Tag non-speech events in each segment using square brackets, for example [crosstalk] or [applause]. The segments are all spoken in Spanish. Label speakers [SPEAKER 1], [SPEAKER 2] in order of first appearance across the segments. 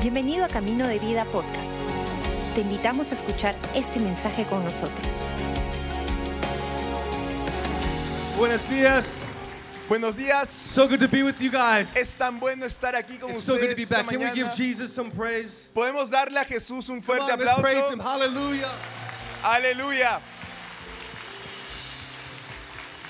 [SPEAKER 1] Bienvenido a Camino de Vida Podcast. Te invitamos a escuchar este mensaje con nosotros.
[SPEAKER 2] Buenos días.
[SPEAKER 3] Buenos días.
[SPEAKER 2] So good to be with you guys.
[SPEAKER 3] Es tan bueno estar aquí con
[SPEAKER 2] It's so good to
[SPEAKER 3] ustedes
[SPEAKER 2] be
[SPEAKER 3] esta
[SPEAKER 2] back. Can we give
[SPEAKER 3] mañana.
[SPEAKER 2] Jesus some praise?
[SPEAKER 3] Podemos darle a Jesús un
[SPEAKER 2] Come
[SPEAKER 3] fuerte
[SPEAKER 2] on, let's praise him.
[SPEAKER 3] aplauso.
[SPEAKER 2] Hallelujah.
[SPEAKER 3] Aleluya.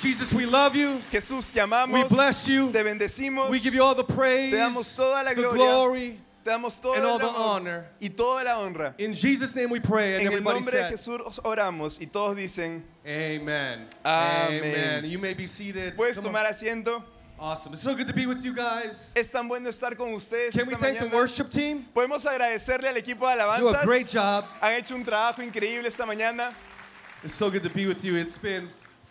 [SPEAKER 2] Jesus, we love you.
[SPEAKER 3] Jesús, te amamos.
[SPEAKER 2] We bless you.
[SPEAKER 3] Te bendecimos.
[SPEAKER 2] We give you all the praise,
[SPEAKER 3] Te damos toda la
[SPEAKER 2] the
[SPEAKER 3] gloria.
[SPEAKER 2] glory.
[SPEAKER 3] te damos todo
[SPEAKER 2] and
[SPEAKER 3] el
[SPEAKER 2] all the
[SPEAKER 3] honor
[SPEAKER 2] honor.
[SPEAKER 3] y toda la honra.
[SPEAKER 2] In Jesus' name we pray. And
[SPEAKER 3] En el
[SPEAKER 2] everybody
[SPEAKER 3] nombre de
[SPEAKER 2] said,
[SPEAKER 3] Jesús os oramos y todos dicen,
[SPEAKER 2] Amen.
[SPEAKER 3] Amén.
[SPEAKER 2] You may be seated.
[SPEAKER 3] puedes
[SPEAKER 2] Come on.
[SPEAKER 3] tomar asiento.
[SPEAKER 2] Awesome. It's so good to be with you guys.
[SPEAKER 3] Es tan bueno estar con ustedes
[SPEAKER 2] Can we
[SPEAKER 3] esta
[SPEAKER 2] thank the
[SPEAKER 3] mañana.
[SPEAKER 2] worship team?
[SPEAKER 3] Podemos agradecerle al equipo de
[SPEAKER 2] Do a
[SPEAKER 3] alabanzas.
[SPEAKER 2] great job.
[SPEAKER 3] Han hecho un trabajo increíble esta mañana.
[SPEAKER 2] It's so good to be with you. It's been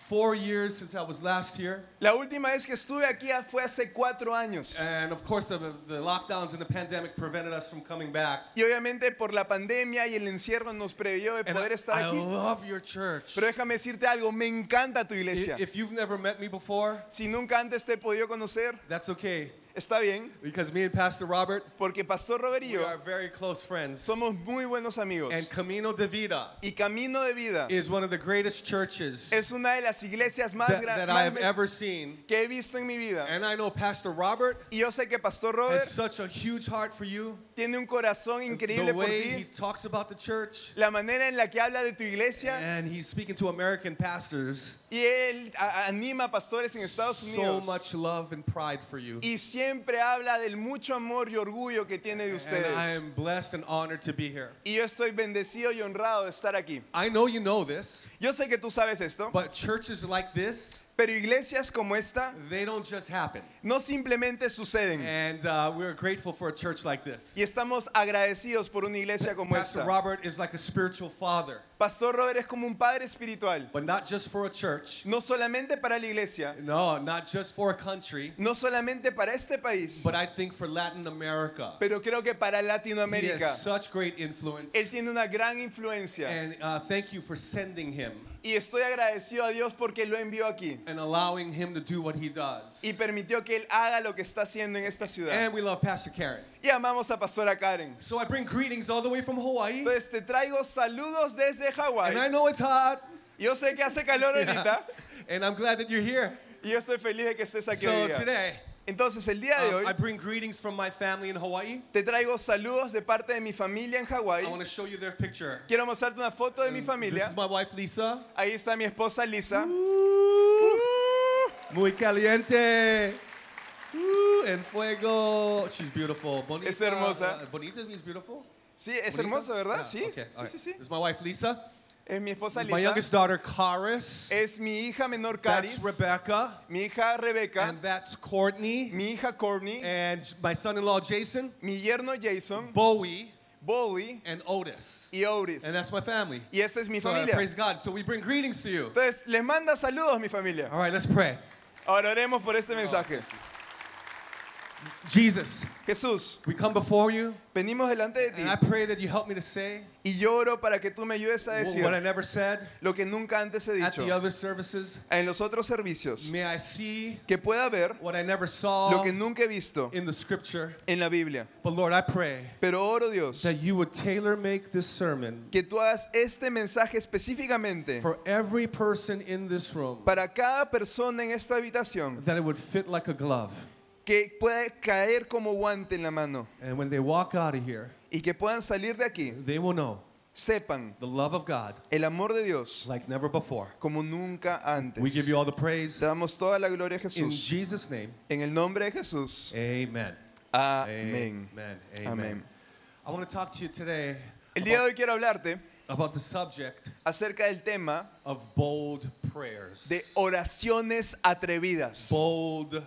[SPEAKER 2] four years since I was last here.
[SPEAKER 3] La última vez que estuve aquí fue hace cuatro años.
[SPEAKER 2] And of course, the, the lockdowns and the pandemic prevented us from coming back.
[SPEAKER 3] Y obviamente por la pandemia y el encierro nos previó de
[SPEAKER 2] And I,
[SPEAKER 3] poder estar
[SPEAKER 2] I
[SPEAKER 3] aquí.
[SPEAKER 2] love your church.
[SPEAKER 3] Pero déjame decirte algo, me encanta tu iglesia.
[SPEAKER 2] I- If you've never met me before,
[SPEAKER 3] si nunca antes te he podido conocer,
[SPEAKER 2] that's okay,
[SPEAKER 3] está bien,
[SPEAKER 2] because me and Pastor Robert
[SPEAKER 3] porque Pastor Robert y
[SPEAKER 2] we are
[SPEAKER 3] yo
[SPEAKER 2] very close friends.
[SPEAKER 3] somos muy buenos amigos.
[SPEAKER 2] And Camino de Vida
[SPEAKER 3] y Camino de Vida
[SPEAKER 2] is one of the greatest churches
[SPEAKER 3] es una de las iglesias más
[SPEAKER 2] that, that I have
[SPEAKER 3] grandes
[SPEAKER 2] ever seen.
[SPEAKER 3] que he visto en mi vida.
[SPEAKER 2] And I know Pastor Robert
[SPEAKER 3] Y yo sé que Pastor Robert
[SPEAKER 2] has such a huge heart for you.
[SPEAKER 3] tiene un corazón
[SPEAKER 2] The
[SPEAKER 3] increíble por
[SPEAKER 2] way he
[SPEAKER 3] ti.
[SPEAKER 2] talks about the church,
[SPEAKER 3] La manera en la que habla de tu iglesia
[SPEAKER 2] and he's speaking to American pastors.
[SPEAKER 3] y él a- anima a pastores en Estados
[SPEAKER 2] So
[SPEAKER 3] Unidos.
[SPEAKER 2] much love and pride for you.
[SPEAKER 3] y siempre habla del mucho amor y orgullo que tiene de
[SPEAKER 2] And I
[SPEAKER 3] ustedes.
[SPEAKER 2] am blessed and honored to be here.
[SPEAKER 3] Y yo estoy bendecido y honrado de estar aquí.
[SPEAKER 2] I know you know this,
[SPEAKER 3] Yo sé que tú sabes esto,
[SPEAKER 2] but churches like this,
[SPEAKER 3] pero iglesias como esta
[SPEAKER 2] they don't just happen.
[SPEAKER 3] no simplemente suceden.
[SPEAKER 2] And uh, we're grateful for a church like this.
[SPEAKER 3] Y estamos agradecidos por una iglesia como
[SPEAKER 2] Pastor
[SPEAKER 3] esta.
[SPEAKER 2] Robert is like a spiritual father,
[SPEAKER 3] Pastor Robert es como un padre espiritual,
[SPEAKER 2] but not just for a church,
[SPEAKER 3] no solamente para la iglesia,
[SPEAKER 2] no, not just for a country,
[SPEAKER 3] no solamente para este país,
[SPEAKER 2] but I think for Latin America.
[SPEAKER 3] pero creo que para
[SPEAKER 2] He
[SPEAKER 3] Latinoamérica.
[SPEAKER 2] has such great influence.
[SPEAKER 3] Él tiene una gran influencia
[SPEAKER 2] And uh, thank you for sending him
[SPEAKER 3] y estoy agradecido a Dios porque lo envió aquí
[SPEAKER 2] and allowing him to do what he
[SPEAKER 3] y
[SPEAKER 2] does.
[SPEAKER 3] permitió que él haga lo que está haciendo en esta ciudad.
[SPEAKER 2] And we love Pastor Karen.
[SPEAKER 3] Y amamos a Pastora Karen.
[SPEAKER 2] So I bring greetings all the way from Hawaii.
[SPEAKER 3] Entonces te traigo saludos desde
[SPEAKER 2] And I
[SPEAKER 3] Hawái.
[SPEAKER 2] know it's hot.
[SPEAKER 3] Yo sé que hace
[SPEAKER 2] [laughs]
[SPEAKER 3] calor ahorita
[SPEAKER 2] And I'm glad that you're here.
[SPEAKER 3] y yo estoy feliz de que estés aquí.
[SPEAKER 2] So
[SPEAKER 3] hoy día.
[SPEAKER 2] today,
[SPEAKER 3] Entonces el día de
[SPEAKER 2] um, I
[SPEAKER 3] hoy
[SPEAKER 2] bring greetings from my family in Hawaii.
[SPEAKER 3] te traigo saludos de parte de mi familia en
[SPEAKER 2] I want
[SPEAKER 3] Hawái.
[SPEAKER 2] to show you their picture.
[SPEAKER 3] Quiero mostrarte una foto de mi
[SPEAKER 2] This
[SPEAKER 3] familia.
[SPEAKER 2] is my wife Lisa.
[SPEAKER 3] Ahí está mi esposa Lisa.
[SPEAKER 2] Muy caliente. Ooh, en fuego. She's beautiful. Bonita.
[SPEAKER 3] Es hermosa.
[SPEAKER 2] Uh, bonita means beautiful.
[SPEAKER 3] Sí, es
[SPEAKER 2] Bonita?
[SPEAKER 3] hermosa, ¿verdad?
[SPEAKER 2] Yeah,
[SPEAKER 3] Sí,
[SPEAKER 2] okay,
[SPEAKER 3] sí,
[SPEAKER 2] alright.
[SPEAKER 3] sí, sí.
[SPEAKER 2] This is my wife Lisa.
[SPEAKER 3] Es mi esposa
[SPEAKER 2] My
[SPEAKER 3] Lisa. Eh,
[SPEAKER 2] youngest daughter Karis.
[SPEAKER 3] Es mi hija menor
[SPEAKER 2] That's
[SPEAKER 3] Caris.
[SPEAKER 2] Rebecca.
[SPEAKER 3] Mi hija Rebeca.
[SPEAKER 2] And that's Courtney.
[SPEAKER 3] Mi hija Courtney.
[SPEAKER 2] And my son-in-law Jason,
[SPEAKER 3] Mi yerno Jason.
[SPEAKER 2] Bowie,
[SPEAKER 3] Bolly
[SPEAKER 2] and Otis.
[SPEAKER 3] y Oris.
[SPEAKER 2] And that's my family.
[SPEAKER 3] Y esta es mi
[SPEAKER 2] So, uh,
[SPEAKER 3] familia.
[SPEAKER 2] praise God. So we bring greetings to you.
[SPEAKER 3] Entonces, les manda saludos mi familia.
[SPEAKER 2] All right, let's pray.
[SPEAKER 3] Ahora oremos por este mensaje.
[SPEAKER 2] Jesus,
[SPEAKER 3] Jesús,
[SPEAKER 2] we come before you,
[SPEAKER 3] venimos delante de ti
[SPEAKER 2] and I pray that you help me to say
[SPEAKER 3] y yo oro para que tú me ayudes a
[SPEAKER 2] wh- what I
[SPEAKER 3] decir
[SPEAKER 2] never said
[SPEAKER 3] lo que nunca antes he
[SPEAKER 2] at
[SPEAKER 3] dicho
[SPEAKER 2] the other services.
[SPEAKER 3] en los otros servicios.
[SPEAKER 2] May I see
[SPEAKER 3] Que pueda ver
[SPEAKER 2] what I never
[SPEAKER 3] lo
[SPEAKER 2] saw
[SPEAKER 3] que nunca he visto
[SPEAKER 2] in the scripture.
[SPEAKER 3] en la Biblia.
[SPEAKER 2] But Lord, I pray
[SPEAKER 3] Pero oro Dios
[SPEAKER 2] that you would tailor make this sermon
[SPEAKER 3] que tú hagas este mensaje específicamente
[SPEAKER 2] for every person in this room,
[SPEAKER 3] para cada persona en esta habitación
[SPEAKER 2] that it would fit like a glove.
[SPEAKER 3] que pueda caer como guante en la mano
[SPEAKER 2] And when they walk out of here,
[SPEAKER 3] y que puedan salir de aquí,
[SPEAKER 2] they will know
[SPEAKER 3] sepan
[SPEAKER 2] the love of God
[SPEAKER 3] el amor de Dios
[SPEAKER 2] like never before.
[SPEAKER 3] como nunca
[SPEAKER 2] We give
[SPEAKER 3] antes.
[SPEAKER 2] you all the praise
[SPEAKER 3] Te damos toda la gloria a
[SPEAKER 2] in
[SPEAKER 3] Jesús.
[SPEAKER 2] Jesus' name.
[SPEAKER 3] En el nombre de Jesús.
[SPEAKER 2] Amen.
[SPEAKER 3] Amén.
[SPEAKER 2] Amen. Amen.
[SPEAKER 3] Amén.
[SPEAKER 2] I want to talk to you today
[SPEAKER 3] El día de
[SPEAKER 2] about,
[SPEAKER 3] hoy quiero hablarte
[SPEAKER 2] about the subject
[SPEAKER 3] acerca del tema
[SPEAKER 2] of bold prayers.
[SPEAKER 3] de oraciones atrevidas.
[SPEAKER 2] bold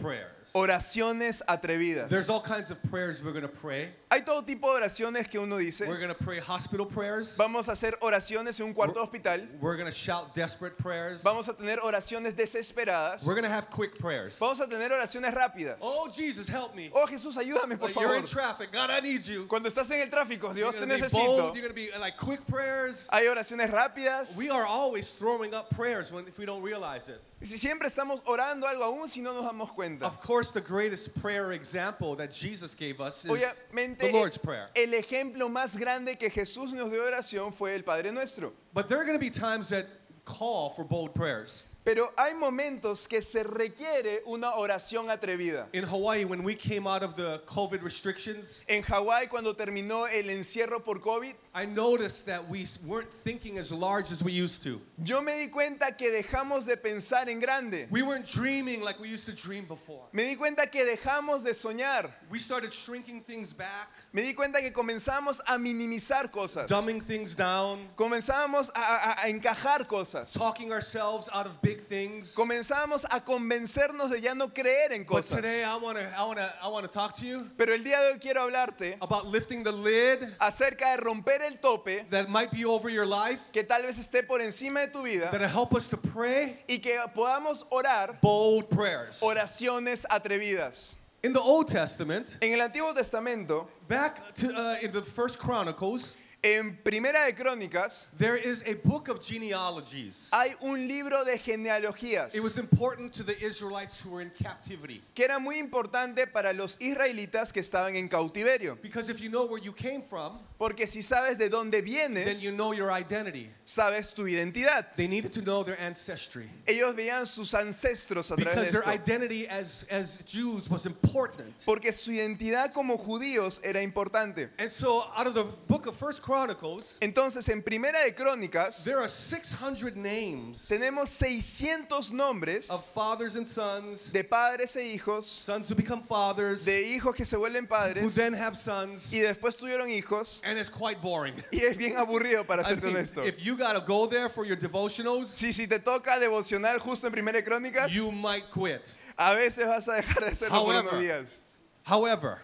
[SPEAKER 2] prayers.
[SPEAKER 3] Oraciones
[SPEAKER 2] There's
[SPEAKER 3] atrevidas.
[SPEAKER 2] all kinds of prayers we're going to pray.
[SPEAKER 3] Hay todo tipo de oraciones que uno
[SPEAKER 2] We're
[SPEAKER 3] dice.
[SPEAKER 2] going to pray hospital prayers.
[SPEAKER 3] Vamos a hacer oraciones en un cuarto de hospital.
[SPEAKER 2] We're going to shout desperate prayers.
[SPEAKER 3] Vamos a tener oraciones desesperadas.
[SPEAKER 2] We're going to have quick prayers.
[SPEAKER 3] Vamos a tener oraciones rápidas.
[SPEAKER 2] Oh, Jesus, help me.
[SPEAKER 3] Oh Jesús, ayúdame por
[SPEAKER 2] Like, you're
[SPEAKER 3] favor.
[SPEAKER 2] in traffic. God, I need you.
[SPEAKER 3] Cuando estás en el tráfico,
[SPEAKER 2] You're
[SPEAKER 3] Dios te
[SPEAKER 2] gonna be bold.
[SPEAKER 3] necesito.
[SPEAKER 2] You're going to be like quick prayers.
[SPEAKER 3] Hay oraciones rápidas.
[SPEAKER 2] We are always throwing up prayers when, if we don't realize it.
[SPEAKER 3] Si Siempre estamos orando algo aún si no nos damos cuenta.
[SPEAKER 2] Of course, the greatest prayer example that Jesus gave us is
[SPEAKER 3] Obviamente, eh,
[SPEAKER 2] the Lord's Prayer.
[SPEAKER 3] el ejemplo más grande que Jesús nos dio de oración fue el Padre Nuestro.
[SPEAKER 2] But there are going to be times that call for bold prayers.
[SPEAKER 3] Pero hay momentos que se requiere una oración atrevida.
[SPEAKER 2] In Hawaii, when we came out of the COVID restrictions,
[SPEAKER 3] En Hawái, cuando terminó el encierro por COVID,
[SPEAKER 2] I noticed that we weren't thinking as large as we used to.
[SPEAKER 3] yo me di cuenta que dejamos de pensar en grande.
[SPEAKER 2] We weren't dreaming like we used to dream before.
[SPEAKER 3] Me di cuenta que dejamos de soñar.
[SPEAKER 2] We started shrinking things back,
[SPEAKER 3] Me di cuenta que comenzamos a minimizar cosas.
[SPEAKER 2] dumbing things down,
[SPEAKER 3] Comenzamos a, a- a encajar cosas.
[SPEAKER 2] talking ourselves out of big things.
[SPEAKER 3] Comenzamos a convencernos de ya no creer en
[SPEAKER 2] But
[SPEAKER 3] cosas.
[SPEAKER 2] today I want to I want to I want to talk to you
[SPEAKER 3] Pero el día de hoy quiero hablarte
[SPEAKER 2] about lifting the lid
[SPEAKER 3] acerca de romper el tope
[SPEAKER 2] that might be over your life
[SPEAKER 3] que tal vez esté por encima de tu vida
[SPEAKER 2] that'll help us to pray
[SPEAKER 3] y que podamos orar
[SPEAKER 2] bold prayers.
[SPEAKER 3] oraciones atrevidas.
[SPEAKER 2] In the Old Testament,
[SPEAKER 3] En el Antiguo Testamento,
[SPEAKER 2] back to uh, in the first Chronicles,
[SPEAKER 3] en Primera de Crónicas,
[SPEAKER 2] there is a book of genealogies.
[SPEAKER 3] hay un libro de genealogías
[SPEAKER 2] It was important to the Israelites who were in captivity.
[SPEAKER 3] que era muy importante para los israelitas que estaban en cautiverio.
[SPEAKER 2] Because if you know where you came from,
[SPEAKER 3] Porque si sabes de dónde
[SPEAKER 2] then
[SPEAKER 3] vienes,
[SPEAKER 2] you know your identity.
[SPEAKER 3] sabes tu identidad.
[SPEAKER 2] They needed to know their ancestry.
[SPEAKER 3] Ellos veían sus ancestros a
[SPEAKER 2] Because
[SPEAKER 3] través de
[SPEAKER 2] their
[SPEAKER 3] esto.
[SPEAKER 2] identity as, as Jews was important.
[SPEAKER 3] Porque su identidad como judíos era importante.
[SPEAKER 2] And so out of the book of First Chronicles,
[SPEAKER 3] Entonces, en Primera de Crónicas,
[SPEAKER 2] there are 600 names
[SPEAKER 3] tenemos 600 nombres
[SPEAKER 2] of fathers and sons,
[SPEAKER 3] de padres e hijos,
[SPEAKER 2] sons who become fathers,
[SPEAKER 3] de hijos que se vuelven
[SPEAKER 2] who
[SPEAKER 3] padres
[SPEAKER 2] then have sons,
[SPEAKER 3] y después tuvieron hijos.
[SPEAKER 2] and it's quite [laughs] boring.
[SPEAKER 3] Y es bien aburrido, para
[SPEAKER 2] I
[SPEAKER 3] serte
[SPEAKER 2] mean,
[SPEAKER 3] honesto.
[SPEAKER 2] if you gotta go there for your devotionals,
[SPEAKER 3] Si, si te toca devocional justo en Primera de Crónicas,
[SPEAKER 2] you might quit.
[SPEAKER 3] a veces vas a dejar de hacerlo por unos
[SPEAKER 2] However.
[SPEAKER 3] días.
[SPEAKER 2] However,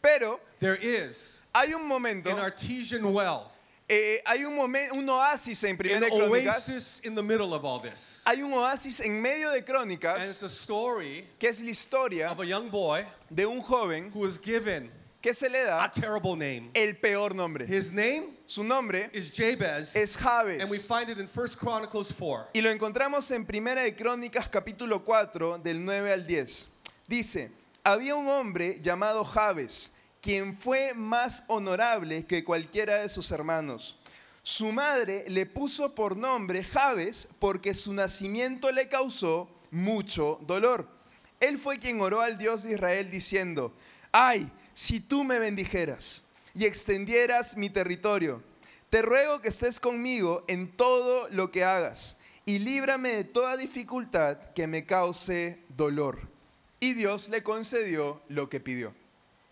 [SPEAKER 3] Pero
[SPEAKER 2] there is
[SPEAKER 3] hay un momento,
[SPEAKER 2] an artesian well,
[SPEAKER 3] eh, hay un, momen- un oasis en
[SPEAKER 2] an
[SPEAKER 3] Primera de Crónicas.
[SPEAKER 2] oasis in the middle of all this.
[SPEAKER 3] Hay un oasis en medio de
[SPEAKER 2] And it's
[SPEAKER 3] Crónicas,
[SPEAKER 2] a story
[SPEAKER 3] que es la historia
[SPEAKER 2] of a young boy
[SPEAKER 3] de un joven
[SPEAKER 2] who was given
[SPEAKER 3] que se le
[SPEAKER 2] a
[SPEAKER 3] da
[SPEAKER 2] terrible name.
[SPEAKER 3] el peor nombre.
[SPEAKER 2] His name
[SPEAKER 3] Su nombre
[SPEAKER 2] is Jabez,
[SPEAKER 3] es
[SPEAKER 2] and we
[SPEAKER 3] Jabes.
[SPEAKER 2] find it in First Chronicles 4.
[SPEAKER 3] Y lo encontramos en Primera de Crónicas capítulo 4 del 9 al 10. Dice, había un hombre llamado Jabes, quien fue más honorable que cualquiera de sus hermanos. Su madre le puso por nombre Jabes porque su nacimiento le causó mucho dolor. Él fue quien oró al Dios de Israel diciendo, ay, si tú me bendijeras y extendieras mi territorio. Te ruego que estés conmigo en todo lo que hagas y líbrame de toda dificultad que me cause dolor. Y Dios le concedió lo que pidió.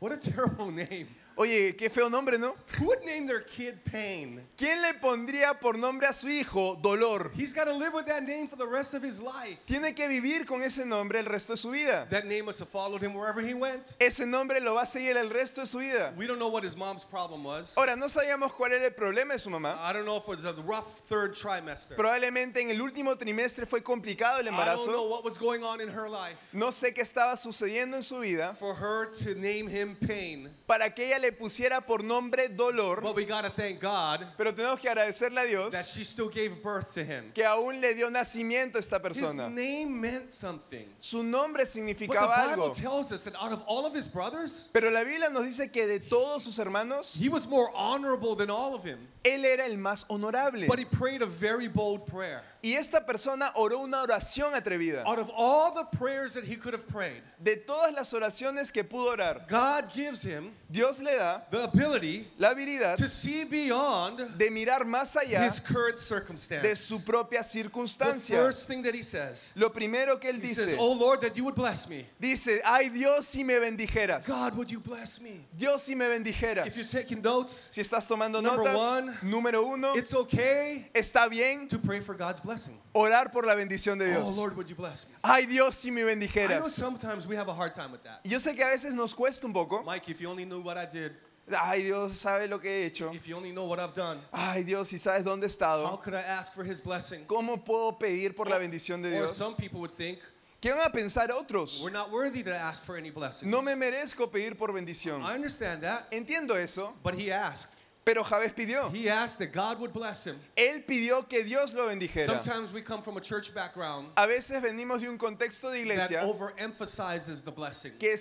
[SPEAKER 2] What a terrible [laughs] name.
[SPEAKER 3] Oye, qué feo nombre, ¿no?
[SPEAKER 2] Who would name their kid Pain?
[SPEAKER 3] ¿Quién le pondría por nombre a su hijo dolor?
[SPEAKER 2] He's got to live with that name for the rest of his life.
[SPEAKER 3] Tiene que vivir con ese nombre el resto de su vida.
[SPEAKER 2] That name must have followed him wherever he went.
[SPEAKER 3] Ese nombre lo va a seguir el resto de su vida.
[SPEAKER 2] We don't know what his mom's problem was.
[SPEAKER 3] Ahora, no sabíamos cuál era el problema de su mamá.
[SPEAKER 2] I don't know if it was a rough third trimester.
[SPEAKER 3] Probablemente en el último trimestre fue complicado el
[SPEAKER 2] I don't know
[SPEAKER 3] embarazo.
[SPEAKER 2] what was going on in her life.
[SPEAKER 3] No sé qué estaba sucediendo en su vida.
[SPEAKER 2] For her to name him Pain.
[SPEAKER 3] para que ella le pusiera por nombre dolor,
[SPEAKER 2] But we got to thank God
[SPEAKER 3] pero tenemos que agradecerle a
[SPEAKER 2] that
[SPEAKER 3] Dios
[SPEAKER 2] she still gave birth to him.
[SPEAKER 3] que aún le dio nacimiento a esta
[SPEAKER 2] His
[SPEAKER 3] persona.
[SPEAKER 2] name meant something.
[SPEAKER 3] Su nombre
[SPEAKER 2] But the
[SPEAKER 3] significaba
[SPEAKER 2] Bible
[SPEAKER 3] algo.
[SPEAKER 2] tells us that out of all of his brothers,
[SPEAKER 3] Pero la Biblia nos dice que de todos sus hermanos,
[SPEAKER 2] he was more honorable than all of him.
[SPEAKER 3] él era el más honorable.
[SPEAKER 2] But he prayed a very bold prayer.
[SPEAKER 3] Y esta persona oró una oración atrevida.
[SPEAKER 2] Out of all the prayers that he could have prayed,
[SPEAKER 3] De todas las oraciones que pudo orar,
[SPEAKER 2] God gives him
[SPEAKER 3] Dios le da
[SPEAKER 2] the ability
[SPEAKER 3] la habilidad
[SPEAKER 2] to see beyond
[SPEAKER 3] de mirar más allá
[SPEAKER 2] his current
[SPEAKER 3] de
[SPEAKER 2] circumstance.
[SPEAKER 3] su propia
[SPEAKER 2] The
[SPEAKER 3] circunstancia.
[SPEAKER 2] first thing that he says,
[SPEAKER 3] Lo primero que él
[SPEAKER 2] he says,
[SPEAKER 3] dice,
[SPEAKER 2] "Oh Lord, that you would bless me.
[SPEAKER 3] dice, ay Dios si me bendijeras.
[SPEAKER 2] God, would you bless me?"
[SPEAKER 3] Dios si me
[SPEAKER 2] If you're
[SPEAKER 3] bendijeras.
[SPEAKER 2] taking notes,
[SPEAKER 3] Si estás tomando
[SPEAKER 2] Number
[SPEAKER 3] notas,
[SPEAKER 2] one,
[SPEAKER 3] número uno,
[SPEAKER 2] it's okay
[SPEAKER 3] está bien
[SPEAKER 2] to pray for God's blessing.
[SPEAKER 3] orar por la bendición de
[SPEAKER 2] Oh
[SPEAKER 3] Dios.
[SPEAKER 2] Lord, would you bless me?
[SPEAKER 3] Ay Dios, si me
[SPEAKER 2] I know
[SPEAKER 3] bendijeras.
[SPEAKER 2] sometimes we have a hard time with that.
[SPEAKER 3] Y Yo sé que a veces nos cuesta un poco.
[SPEAKER 2] Mike, if you only knew what I did,
[SPEAKER 3] Ay Dios, sabe lo que he hecho.
[SPEAKER 2] if you only know what I've done,
[SPEAKER 3] Ay Dios, si sabes dónde
[SPEAKER 2] how
[SPEAKER 3] he estado.
[SPEAKER 2] could I ask for his blessing?
[SPEAKER 3] ¿Cómo puedo pedir por la bendición de
[SPEAKER 2] Or
[SPEAKER 3] Dios?
[SPEAKER 2] some people would think,
[SPEAKER 3] ¿Qué van a pensar otros?
[SPEAKER 2] we're not worthy to ask for any blessings.
[SPEAKER 3] No me merezco pedir por bendición.
[SPEAKER 2] I understand that,
[SPEAKER 3] Entiendo eso,
[SPEAKER 2] but he asked.
[SPEAKER 3] Pero Jabez pidió.
[SPEAKER 2] He asked that God would bless him.
[SPEAKER 3] Él pidió que Dios lo bendijera.
[SPEAKER 2] Sometimes we come from a church background
[SPEAKER 3] A veces venimos de un contexto de
[SPEAKER 2] that
[SPEAKER 3] iglesia
[SPEAKER 2] overemphasizes the blessing,
[SPEAKER 3] que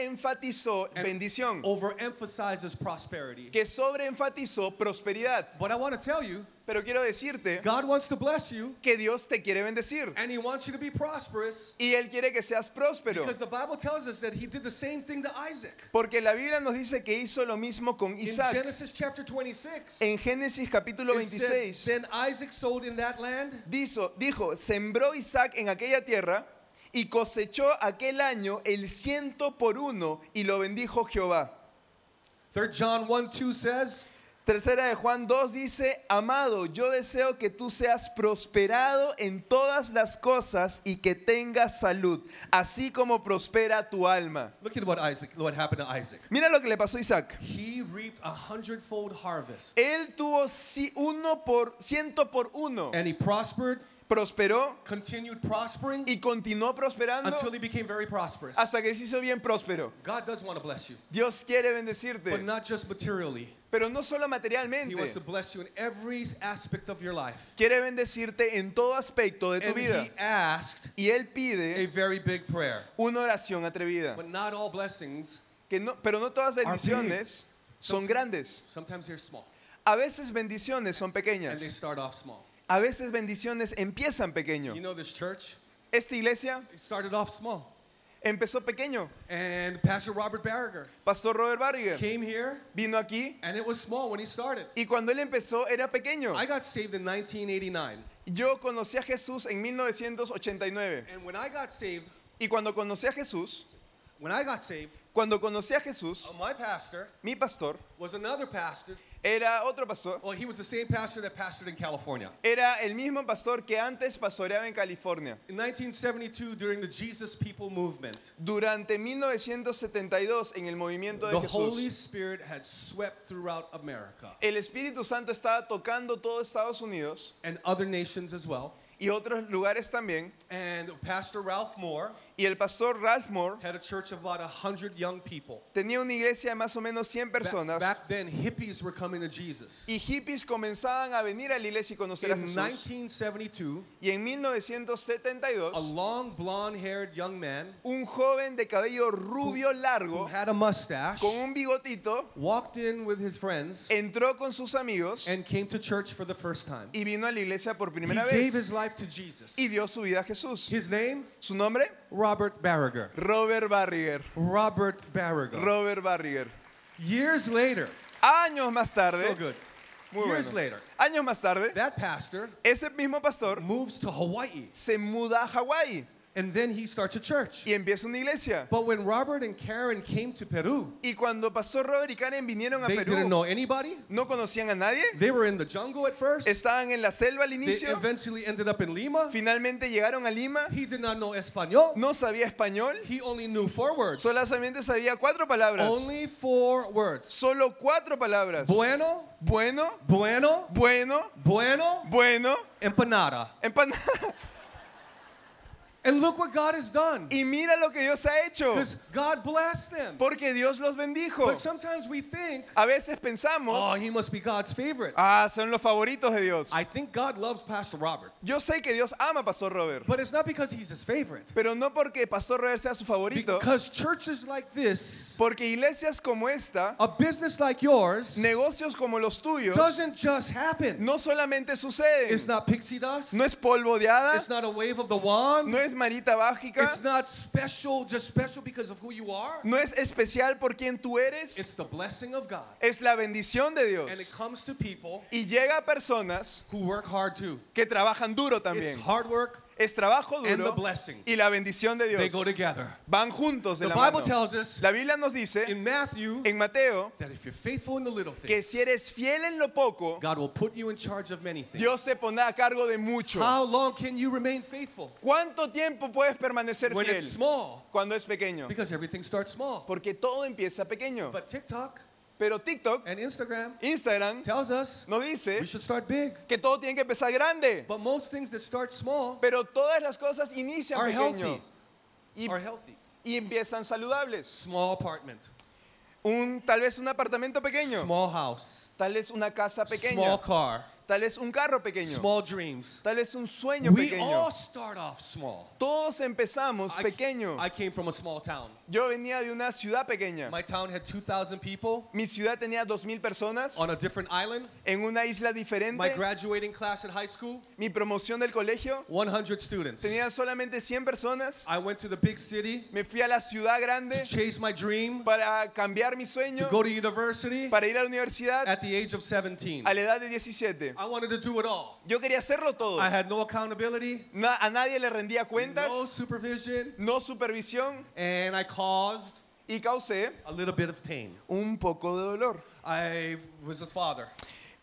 [SPEAKER 3] sobreenfatizó
[SPEAKER 2] and
[SPEAKER 3] bendición,
[SPEAKER 2] overemphasizes prosperity.
[SPEAKER 3] que sobreenfatizó prosperidad.
[SPEAKER 2] But I want to tell you,
[SPEAKER 3] Pero quiero decirte
[SPEAKER 2] God wants to bless you,
[SPEAKER 3] que Dios te quiere bendecir
[SPEAKER 2] and He wants you to be prosperous,
[SPEAKER 3] y Él quiere que seas próspero.
[SPEAKER 2] because the Bible tells us that He did the same thing to Isaac.
[SPEAKER 3] Porque la Biblia nos dice que hizo lo mismo con
[SPEAKER 2] In
[SPEAKER 3] Isaac.
[SPEAKER 2] Genesis chapter 26,
[SPEAKER 3] En Génesis capítulo
[SPEAKER 2] it said,
[SPEAKER 3] 26
[SPEAKER 2] then Isaac sold in that land
[SPEAKER 3] dijo, dijo, sembró Isaac en aquella tierra y cosechó aquel año el ciento por uno y lo bendijo Jehová.
[SPEAKER 2] 3 John 1 2 says,
[SPEAKER 3] Tercera de Juan 2 dice, amado, yo deseo que tú seas prosperado en todas las cosas y que tengas salud, así como prospera tu alma.
[SPEAKER 2] Look at what Isaac, what happened to Isaac.
[SPEAKER 3] Mira lo que le pasó a Isaac.
[SPEAKER 2] He reaped a hundredfold harvest,
[SPEAKER 3] Él tuvo ci- uno por ciento por uno,
[SPEAKER 2] and he prospered,
[SPEAKER 3] prosperó
[SPEAKER 2] continued prospering
[SPEAKER 3] y continuó prosperando
[SPEAKER 2] until he became very prosperous.
[SPEAKER 3] hasta que se hizo bien próspero.
[SPEAKER 2] God does want to bless you,
[SPEAKER 3] Dios quiere
[SPEAKER 2] but
[SPEAKER 3] bendecirte,
[SPEAKER 2] not just materially.
[SPEAKER 3] pero no solo
[SPEAKER 2] He wants to
[SPEAKER 3] materialmente,
[SPEAKER 2] bless you in every aspect of your life.
[SPEAKER 3] quiere bendecirte en todo aspecto de tu
[SPEAKER 2] And
[SPEAKER 3] vida.
[SPEAKER 2] he asked
[SPEAKER 3] Y Él
[SPEAKER 2] a
[SPEAKER 3] pide
[SPEAKER 2] very big prayer.
[SPEAKER 3] una oración atrevida.
[SPEAKER 2] But not all blessings,
[SPEAKER 3] que no- pero no todas bendiciones son
[SPEAKER 2] Ah, Entonces-
[SPEAKER 3] grandes.
[SPEAKER 2] sometimes they're small,
[SPEAKER 3] A veces bendiciones son
[SPEAKER 2] and they
[SPEAKER 3] pequeñas.
[SPEAKER 2] start off small.
[SPEAKER 3] A veces bendiciones empiezan pequeño.
[SPEAKER 2] You know, this church
[SPEAKER 3] Esta iglesia
[SPEAKER 2] it started off small,
[SPEAKER 3] empezó pequeño.
[SPEAKER 2] and Pastor Robert Barriger
[SPEAKER 3] Pastor Robert Barriger
[SPEAKER 2] came here,
[SPEAKER 3] vino aquí
[SPEAKER 2] and it was small when he started.
[SPEAKER 3] y cuando él empezó era pequeño.
[SPEAKER 2] I got saved in 1989,
[SPEAKER 3] Yo conocí a Jesús en 1989
[SPEAKER 2] and when I got saved,
[SPEAKER 3] y cuando conocí a Jesús,
[SPEAKER 2] when I got saved,
[SPEAKER 3] cuando conocí a Jesús,
[SPEAKER 2] uh, my pastor
[SPEAKER 3] mi pastor
[SPEAKER 2] was another pastor.
[SPEAKER 3] era otro pastor.
[SPEAKER 2] Well, he was the same pastor that pastored in California.
[SPEAKER 3] Era el mismo pastor que antes pastoreaba en California.
[SPEAKER 2] In 1972, during the Jesus People movement,
[SPEAKER 3] Durante 1972 en el movimiento de
[SPEAKER 2] the Holy
[SPEAKER 3] Jesús.
[SPEAKER 2] Spirit had swept throughout America
[SPEAKER 3] El Espíritu Santo estaba tocando todo Estados Unidos
[SPEAKER 2] and other nations as well.
[SPEAKER 3] y otros lugares también.
[SPEAKER 2] And Pastor Ralph Moore
[SPEAKER 3] Y el pastor Ralph Moore
[SPEAKER 2] had a church of about 100 young people.
[SPEAKER 3] tenía una iglesia de más o menos 100
[SPEAKER 2] Ba-
[SPEAKER 3] personas.
[SPEAKER 2] back then, hippies were coming to Jesus.
[SPEAKER 3] Y hippies comenzaban a venir a la iglesia y
[SPEAKER 2] In
[SPEAKER 3] conocer a Jesús.
[SPEAKER 2] 1972,
[SPEAKER 3] Y en
[SPEAKER 2] a
[SPEAKER 3] 1972,
[SPEAKER 2] long blonde haired young man
[SPEAKER 3] un joven de cabello rubio
[SPEAKER 2] who
[SPEAKER 3] largo,
[SPEAKER 2] had a mustache
[SPEAKER 3] con un bigotito,
[SPEAKER 2] walked in with his friends
[SPEAKER 3] entró con sus amigos
[SPEAKER 2] and came to church for the first time.
[SPEAKER 3] y vino a la iglesia por
[SPEAKER 2] He
[SPEAKER 3] primera
[SPEAKER 2] gave
[SPEAKER 3] vez
[SPEAKER 2] his life to Jesus.
[SPEAKER 3] y dio su vida a Jesús.
[SPEAKER 2] His name?
[SPEAKER 3] ¿Su nombre?
[SPEAKER 2] Robert Barriger.
[SPEAKER 3] Robert Barriger.
[SPEAKER 2] Robert Barriger.
[SPEAKER 3] Robert Barriger.
[SPEAKER 2] Years later,
[SPEAKER 3] Años más
[SPEAKER 2] so
[SPEAKER 3] tarde,
[SPEAKER 2] good.
[SPEAKER 3] Muy
[SPEAKER 2] Years
[SPEAKER 3] bueno.
[SPEAKER 2] later,
[SPEAKER 3] Años más tarde,
[SPEAKER 2] that pastor
[SPEAKER 3] ese mismo pastor
[SPEAKER 2] moves to Hawaii
[SPEAKER 3] se muda a Hawái
[SPEAKER 2] and then he starts a church.
[SPEAKER 3] y empieza una iglesia.
[SPEAKER 2] But when Robert and Karen came to Peru,
[SPEAKER 3] Y cuando pasó Robert y Karen vinieron a
[SPEAKER 2] they didn't
[SPEAKER 3] Perú,
[SPEAKER 2] know anybody.
[SPEAKER 3] no conocían a nadie,
[SPEAKER 2] They were in the jungle at first.
[SPEAKER 3] estaban en la selva al
[SPEAKER 2] They
[SPEAKER 3] inicio,
[SPEAKER 2] eventually ended up in Lima.
[SPEAKER 3] finalmente llegaron a Lima,
[SPEAKER 2] He did not know Espanol.
[SPEAKER 3] no sabía español,
[SPEAKER 2] He only knew four words.
[SPEAKER 3] solamente sabía cuatro palabras.
[SPEAKER 2] Only four words.
[SPEAKER 3] Solo cuatro palabras.
[SPEAKER 2] Bueno,
[SPEAKER 3] Bueno,
[SPEAKER 2] bueno,
[SPEAKER 3] bueno,
[SPEAKER 2] bueno,
[SPEAKER 3] bueno,
[SPEAKER 2] empanada.
[SPEAKER 3] empanada.
[SPEAKER 2] And look what God has done.
[SPEAKER 3] [laughs] Y mira lo que Dios ha hecho,
[SPEAKER 2] Because God blessed them.
[SPEAKER 3] porque Dios los bendijo.
[SPEAKER 2] But sometimes we think,
[SPEAKER 3] A veces
[SPEAKER 2] oh,
[SPEAKER 3] pensamos,
[SPEAKER 2] he must be God's favorite.
[SPEAKER 3] ah, son los favoritos de Dios.
[SPEAKER 2] I think God loves Pastor Robert.
[SPEAKER 3] Yo sé que Dios ama a Pastor Robert,
[SPEAKER 2] But it's not because he's his favorite.
[SPEAKER 3] pero no porque Pastor Robert sea su favorito,
[SPEAKER 2] Because churches like this,
[SPEAKER 3] porque iglesias como esta,
[SPEAKER 2] a business like yours,
[SPEAKER 3] negocios como los tuyos,
[SPEAKER 2] doesn't just happen.
[SPEAKER 3] no solamente suceden,
[SPEAKER 2] It's not pixie dust.
[SPEAKER 3] no es polvo de hadas,
[SPEAKER 2] It's not a wave of the wand.
[SPEAKER 3] no es marita mágica,
[SPEAKER 2] It's not special, just special because of who you are.
[SPEAKER 3] no es especial por quien tú eres,
[SPEAKER 2] It's the blessing of God.
[SPEAKER 3] es la bendición de
[SPEAKER 2] And it
[SPEAKER 3] Dios.
[SPEAKER 2] comes to people
[SPEAKER 3] Y llega a personas
[SPEAKER 2] who work hard too.
[SPEAKER 3] que trabajan duro
[SPEAKER 2] It's
[SPEAKER 3] también.
[SPEAKER 2] hard work.
[SPEAKER 3] Es trabajo
[SPEAKER 2] and the
[SPEAKER 3] duro
[SPEAKER 2] blessing.
[SPEAKER 3] y la bendición de
[SPEAKER 2] They go
[SPEAKER 3] Dios
[SPEAKER 2] together.
[SPEAKER 3] van juntos de
[SPEAKER 2] The
[SPEAKER 3] la
[SPEAKER 2] Bible
[SPEAKER 3] mano.
[SPEAKER 2] tells us
[SPEAKER 3] La Biblia nos dice
[SPEAKER 2] in Matthew
[SPEAKER 3] en Mateo
[SPEAKER 2] that if you're faithful in the little
[SPEAKER 3] que
[SPEAKER 2] things,
[SPEAKER 3] si eres fiel en lo poco,
[SPEAKER 2] God will put you in charge of many things.
[SPEAKER 3] Dios te pondrá a cargo de mucho.
[SPEAKER 2] How long can you remain faithful
[SPEAKER 3] ¿Cuánto tiempo puedes permanecer
[SPEAKER 2] when
[SPEAKER 3] fiel
[SPEAKER 2] it's small?
[SPEAKER 3] cuando es pequeño?
[SPEAKER 2] Because everything starts small.
[SPEAKER 3] Porque todo empieza pequeño.
[SPEAKER 2] But TikTok
[SPEAKER 3] Pero TikTok,
[SPEAKER 2] and Instagram
[SPEAKER 3] Instagram,
[SPEAKER 2] tells us
[SPEAKER 3] nos
[SPEAKER 2] we
[SPEAKER 3] dice
[SPEAKER 2] should start big.
[SPEAKER 3] que todo tiene que empezar grande.
[SPEAKER 2] But most things that start small
[SPEAKER 3] Pero todas las cosas inician
[SPEAKER 2] are
[SPEAKER 3] pequeño
[SPEAKER 2] healthy.
[SPEAKER 3] y,
[SPEAKER 2] Are healthy.
[SPEAKER 3] y empiezan saludables.
[SPEAKER 2] Small apartment.
[SPEAKER 3] Un, tal vez un apartamento pequeño,
[SPEAKER 2] Small house.
[SPEAKER 3] tal vez una casa
[SPEAKER 2] Small
[SPEAKER 3] pequeña,
[SPEAKER 2] car.
[SPEAKER 3] tal vez un carro pequeño,
[SPEAKER 2] Small dreams.
[SPEAKER 3] tal vez un sueño
[SPEAKER 2] We
[SPEAKER 3] pequeño.
[SPEAKER 2] all start off small.
[SPEAKER 3] Todos empezamos
[SPEAKER 2] I-
[SPEAKER 3] pequeño.
[SPEAKER 2] I came from a small town.
[SPEAKER 3] Yo venía de una ciudad pequeña.
[SPEAKER 2] My town had 2,000 people
[SPEAKER 3] Mi ciudad tenía 2.000 personas
[SPEAKER 2] on a different island.
[SPEAKER 3] en una isla
[SPEAKER 2] My
[SPEAKER 3] diferente.
[SPEAKER 2] graduating class in high school,
[SPEAKER 3] Mi promoción del colegio
[SPEAKER 2] 100 students.
[SPEAKER 3] tenía solamente 100 personas.
[SPEAKER 2] I went to the big city
[SPEAKER 3] Me fui a la ciudad
[SPEAKER 2] to
[SPEAKER 3] grande
[SPEAKER 2] chase my dream,
[SPEAKER 3] para cambiar mi sueño,
[SPEAKER 2] to go to university
[SPEAKER 3] para ir a la universidad
[SPEAKER 2] at the age of 17.
[SPEAKER 3] a la edad de 17.
[SPEAKER 2] I wanted to do it all.
[SPEAKER 3] Yo quería hacerlo todo.
[SPEAKER 2] I had no accountability,
[SPEAKER 3] Na- a nadie le rendía cuentas,
[SPEAKER 2] no supervision,
[SPEAKER 3] no supervisión
[SPEAKER 2] and I caused
[SPEAKER 3] y causé
[SPEAKER 2] a little bit of pain.
[SPEAKER 3] un poco de dolor.
[SPEAKER 2] I was a father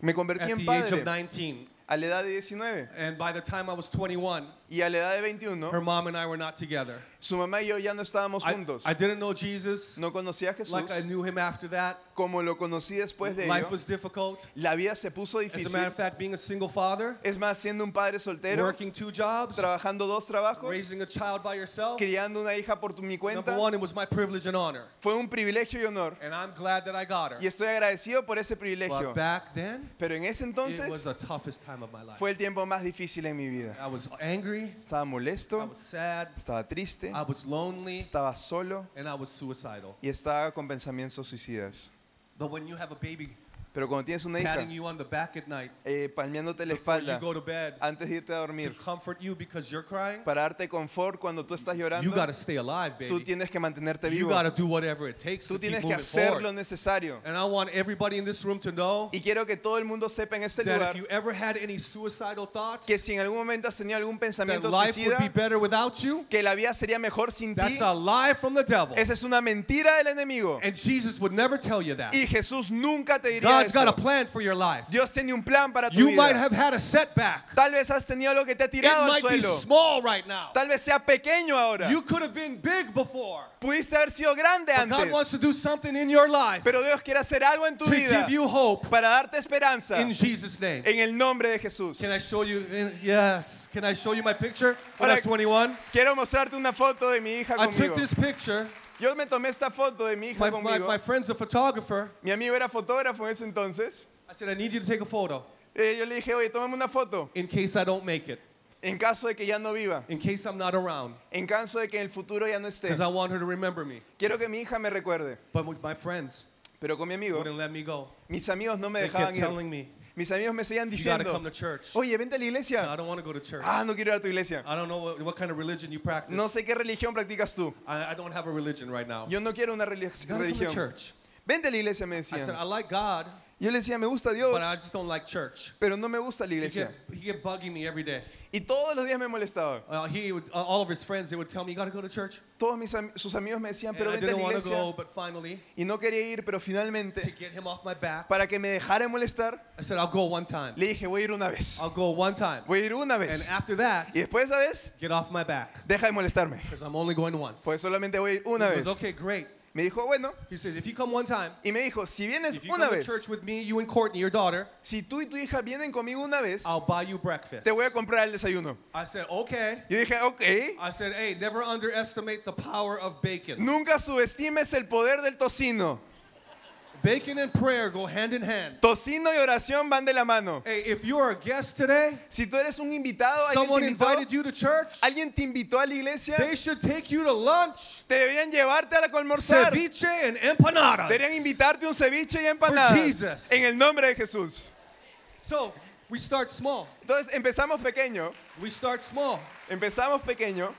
[SPEAKER 3] Me convertí
[SPEAKER 2] at
[SPEAKER 3] en
[SPEAKER 2] the age of
[SPEAKER 3] padre
[SPEAKER 2] 19,
[SPEAKER 3] a la edad de 19
[SPEAKER 2] and by the time I was 21,
[SPEAKER 3] y a la edad de
[SPEAKER 2] her
[SPEAKER 3] 21
[SPEAKER 2] mom and I were not together.
[SPEAKER 3] su mamá y yo ya no estábamos
[SPEAKER 2] I,
[SPEAKER 3] juntos.
[SPEAKER 2] I didn't know Jesus
[SPEAKER 3] No conocía a Jesús
[SPEAKER 2] like I knew him after that.
[SPEAKER 3] como lo conocí después de
[SPEAKER 2] Life
[SPEAKER 3] ello.
[SPEAKER 2] was difficult.
[SPEAKER 3] La vida se puso
[SPEAKER 2] As a
[SPEAKER 3] difícil.
[SPEAKER 2] matter of fact, being a single father,
[SPEAKER 3] Es más, siendo un padre soltero,
[SPEAKER 2] working two jobs,
[SPEAKER 3] trabajando dos trabajos,
[SPEAKER 2] raising a child by yourself.
[SPEAKER 3] criando una hija por tu- mi cuenta,
[SPEAKER 2] Number one, it was my privilege and honor.
[SPEAKER 3] fue un privilegio y honor.
[SPEAKER 2] And I'm glad that I got her.
[SPEAKER 3] Y estoy agradecido por ese privilegio.
[SPEAKER 2] But back then,
[SPEAKER 3] Pero en ese
[SPEAKER 2] it was
[SPEAKER 3] entonces
[SPEAKER 2] the toughest time of my life.
[SPEAKER 3] fue el tiempo más difícil en mi vida.
[SPEAKER 2] I was angry,
[SPEAKER 3] Estaba
[SPEAKER 2] I
[SPEAKER 3] molesto,
[SPEAKER 2] was sad,
[SPEAKER 3] estaba triste,
[SPEAKER 2] I was lonely,
[SPEAKER 3] estaba solo
[SPEAKER 2] and I was suicidal.
[SPEAKER 3] y estaba con pensamientos suicidas.
[SPEAKER 2] But when you have a baby
[SPEAKER 3] Pero cuando tienes una hija
[SPEAKER 2] patting you on the back at night,
[SPEAKER 3] eh, palmeándote la
[SPEAKER 2] before you
[SPEAKER 3] espalda
[SPEAKER 2] go to bed,
[SPEAKER 3] antes de irte a
[SPEAKER 2] to
[SPEAKER 3] dormir,
[SPEAKER 2] comfort you because you're crying,
[SPEAKER 3] para darte confort cuando tú estás
[SPEAKER 2] you
[SPEAKER 3] llorando,
[SPEAKER 2] got to stay alive,
[SPEAKER 3] tú
[SPEAKER 2] baby.
[SPEAKER 3] tienes que mantenerte
[SPEAKER 2] You
[SPEAKER 3] vivo.
[SPEAKER 2] got to do whatever it takes to
[SPEAKER 3] Tú
[SPEAKER 2] keep
[SPEAKER 3] tienes que
[SPEAKER 2] moving
[SPEAKER 3] hacer lo
[SPEAKER 2] forward.
[SPEAKER 3] necesario.
[SPEAKER 2] And I want everybody in this room to know
[SPEAKER 3] Y quiero que todo el mundo sepa en este
[SPEAKER 2] that if
[SPEAKER 3] lugar
[SPEAKER 2] you ever had any suicidal thoughts,
[SPEAKER 3] que si en algún momento has tenido algún
[SPEAKER 2] that
[SPEAKER 3] pensamiento
[SPEAKER 2] life would be
[SPEAKER 3] suicida,
[SPEAKER 2] better without you,
[SPEAKER 3] que la vida sería mejor sin ti,
[SPEAKER 2] that's a lie from the devil.
[SPEAKER 3] esa es una mentira del enemigo.
[SPEAKER 2] And Jesus would never tell you that.
[SPEAKER 3] Y Jesús nunca te diría
[SPEAKER 2] God's got a
[SPEAKER 3] eso.
[SPEAKER 2] plan for your life.
[SPEAKER 3] Dios tiene un plan para tu
[SPEAKER 2] You might
[SPEAKER 3] vida.
[SPEAKER 2] have had a setback.
[SPEAKER 3] Tal vez has tenido lo que te ha
[SPEAKER 2] It
[SPEAKER 3] tirado al
[SPEAKER 2] might be
[SPEAKER 3] suelo.
[SPEAKER 2] small right now.
[SPEAKER 3] Tal vez sea pequeño ahora.
[SPEAKER 2] You could have been big before.
[SPEAKER 3] Pudiste haber sido grande
[SPEAKER 2] But God wants
[SPEAKER 3] antes.
[SPEAKER 2] to do something in your life
[SPEAKER 3] Pero Dios quiere hacer algo en tu
[SPEAKER 2] to
[SPEAKER 3] vida
[SPEAKER 2] give you hope
[SPEAKER 3] para darte esperanza
[SPEAKER 2] in
[SPEAKER 3] en
[SPEAKER 2] Jesus' name.
[SPEAKER 3] el nombre de Jesús.
[SPEAKER 2] Can I show you? in- Yes. Can I show you my picture when I
[SPEAKER 3] Ahora-
[SPEAKER 2] was 21?
[SPEAKER 3] Quiero mostrarte una foto de mi hija
[SPEAKER 2] I took
[SPEAKER 3] conmigo.
[SPEAKER 2] this picture.
[SPEAKER 3] Yo me tomé esta foto de mi hija
[SPEAKER 2] My, my,
[SPEAKER 3] conmigo.
[SPEAKER 2] my friend's a photographer.
[SPEAKER 3] Mi amigo era fotógrafo en ese entonces.
[SPEAKER 2] I said, I need you to take a photo
[SPEAKER 3] Eh, yo le dije, oye, tómame una foto.
[SPEAKER 2] in case I don't make it,
[SPEAKER 3] En caso de que ya no viva.
[SPEAKER 2] in case I'm not around,
[SPEAKER 3] En caso de que en el futuro ya no esté.
[SPEAKER 2] because I want her to remember me.
[SPEAKER 3] Quiero que mi hija me recuerde.
[SPEAKER 2] But with my friends
[SPEAKER 3] Pero con mi amigo,
[SPEAKER 2] wouldn't let me go.
[SPEAKER 3] mis amigos no me
[SPEAKER 2] They
[SPEAKER 3] dejaban
[SPEAKER 2] kept
[SPEAKER 3] ir.
[SPEAKER 2] telling me,
[SPEAKER 3] Mis amigos me seguían
[SPEAKER 2] you gotta come
[SPEAKER 3] diciendo,
[SPEAKER 2] to church. So
[SPEAKER 3] oye, vente a la
[SPEAKER 2] I
[SPEAKER 3] iglesia.
[SPEAKER 2] don't want to go to church.
[SPEAKER 3] Ah, no quiero ir a tu iglesia.
[SPEAKER 2] I don't know what, what kind of religion you practice.
[SPEAKER 3] No sé qué religión practicas tú.
[SPEAKER 2] I, I don't have a religion right now.
[SPEAKER 3] Yo no quiero una relig-
[SPEAKER 2] You gotta come to
[SPEAKER 3] religión.
[SPEAKER 2] church.
[SPEAKER 3] Vente a la iglesia, me
[SPEAKER 2] I said, I
[SPEAKER 3] decían.
[SPEAKER 2] like God,
[SPEAKER 3] Yo le decía, me gusta Dios,
[SPEAKER 2] but I just don't like church.
[SPEAKER 3] pero no me gusta la
[SPEAKER 2] He kept,
[SPEAKER 3] iglesia.
[SPEAKER 2] he kept bugging me every day.
[SPEAKER 3] Y todos los días me molestaba.
[SPEAKER 2] Uh, he would, uh, all of his friends, they would tell me, you gotta go to church.
[SPEAKER 3] Todos mis am- sus amigos me decían,
[SPEAKER 2] And
[SPEAKER 3] pero
[SPEAKER 2] I
[SPEAKER 3] vente a
[SPEAKER 2] didn't
[SPEAKER 3] la
[SPEAKER 2] want to
[SPEAKER 3] iglesia.
[SPEAKER 2] go, but finally,
[SPEAKER 3] Y no quería ir,
[SPEAKER 2] to
[SPEAKER 3] pero finalmente,
[SPEAKER 2] get him off my back,
[SPEAKER 3] para que me dejara de molestar,
[SPEAKER 2] I said, I'll go one time.
[SPEAKER 3] le dije, voy a ir una vez.
[SPEAKER 2] I'll go one time.
[SPEAKER 3] Voy a ir una
[SPEAKER 2] And
[SPEAKER 3] vez.
[SPEAKER 2] after that,
[SPEAKER 3] Y después de esa vez,
[SPEAKER 2] get off my back,
[SPEAKER 3] deja de molestarme.
[SPEAKER 2] because I'm only going once.
[SPEAKER 3] Pues solamente voy a ir una
[SPEAKER 2] he
[SPEAKER 3] vez.
[SPEAKER 2] goes, okay, great.
[SPEAKER 3] Me dijo, bueno.
[SPEAKER 2] He says, if you come one time,
[SPEAKER 3] Y me dijo, si vienes
[SPEAKER 2] if you
[SPEAKER 3] una
[SPEAKER 2] come to
[SPEAKER 3] vez,
[SPEAKER 2] church with me, you and Courtney, your daughter,
[SPEAKER 3] si tú y tu hija vienen conmigo una vez,
[SPEAKER 2] I'll buy you breakfast.
[SPEAKER 3] te voy a comprar el desayuno.
[SPEAKER 2] I said, okay.
[SPEAKER 3] Yo dije, ok.
[SPEAKER 2] I said, hey, never underestimate the power of bacon.
[SPEAKER 3] Nunca subestimes el poder del tocino.
[SPEAKER 2] Bacon and prayer go hand in hand.
[SPEAKER 3] Tocino y oración van de la mano.
[SPEAKER 2] Hey, if you're a guest today,
[SPEAKER 3] Si tú eres un invitado, alguien
[SPEAKER 2] someone
[SPEAKER 3] te, invitó,
[SPEAKER 2] invited you to church,
[SPEAKER 3] alguien te invitó a la iglesia,
[SPEAKER 2] they should take you to lunch,
[SPEAKER 3] te deberían llevarte a la almorzar.
[SPEAKER 2] ceviche, and empanadas.
[SPEAKER 3] Deberían invitarte un ceviche y empanadas.
[SPEAKER 2] Jesus.
[SPEAKER 3] En el nombre de Jesús.
[SPEAKER 2] So, we start small.
[SPEAKER 3] Entonces empezamos pequeño,
[SPEAKER 2] We start small.
[SPEAKER 3] empezamos pequeño,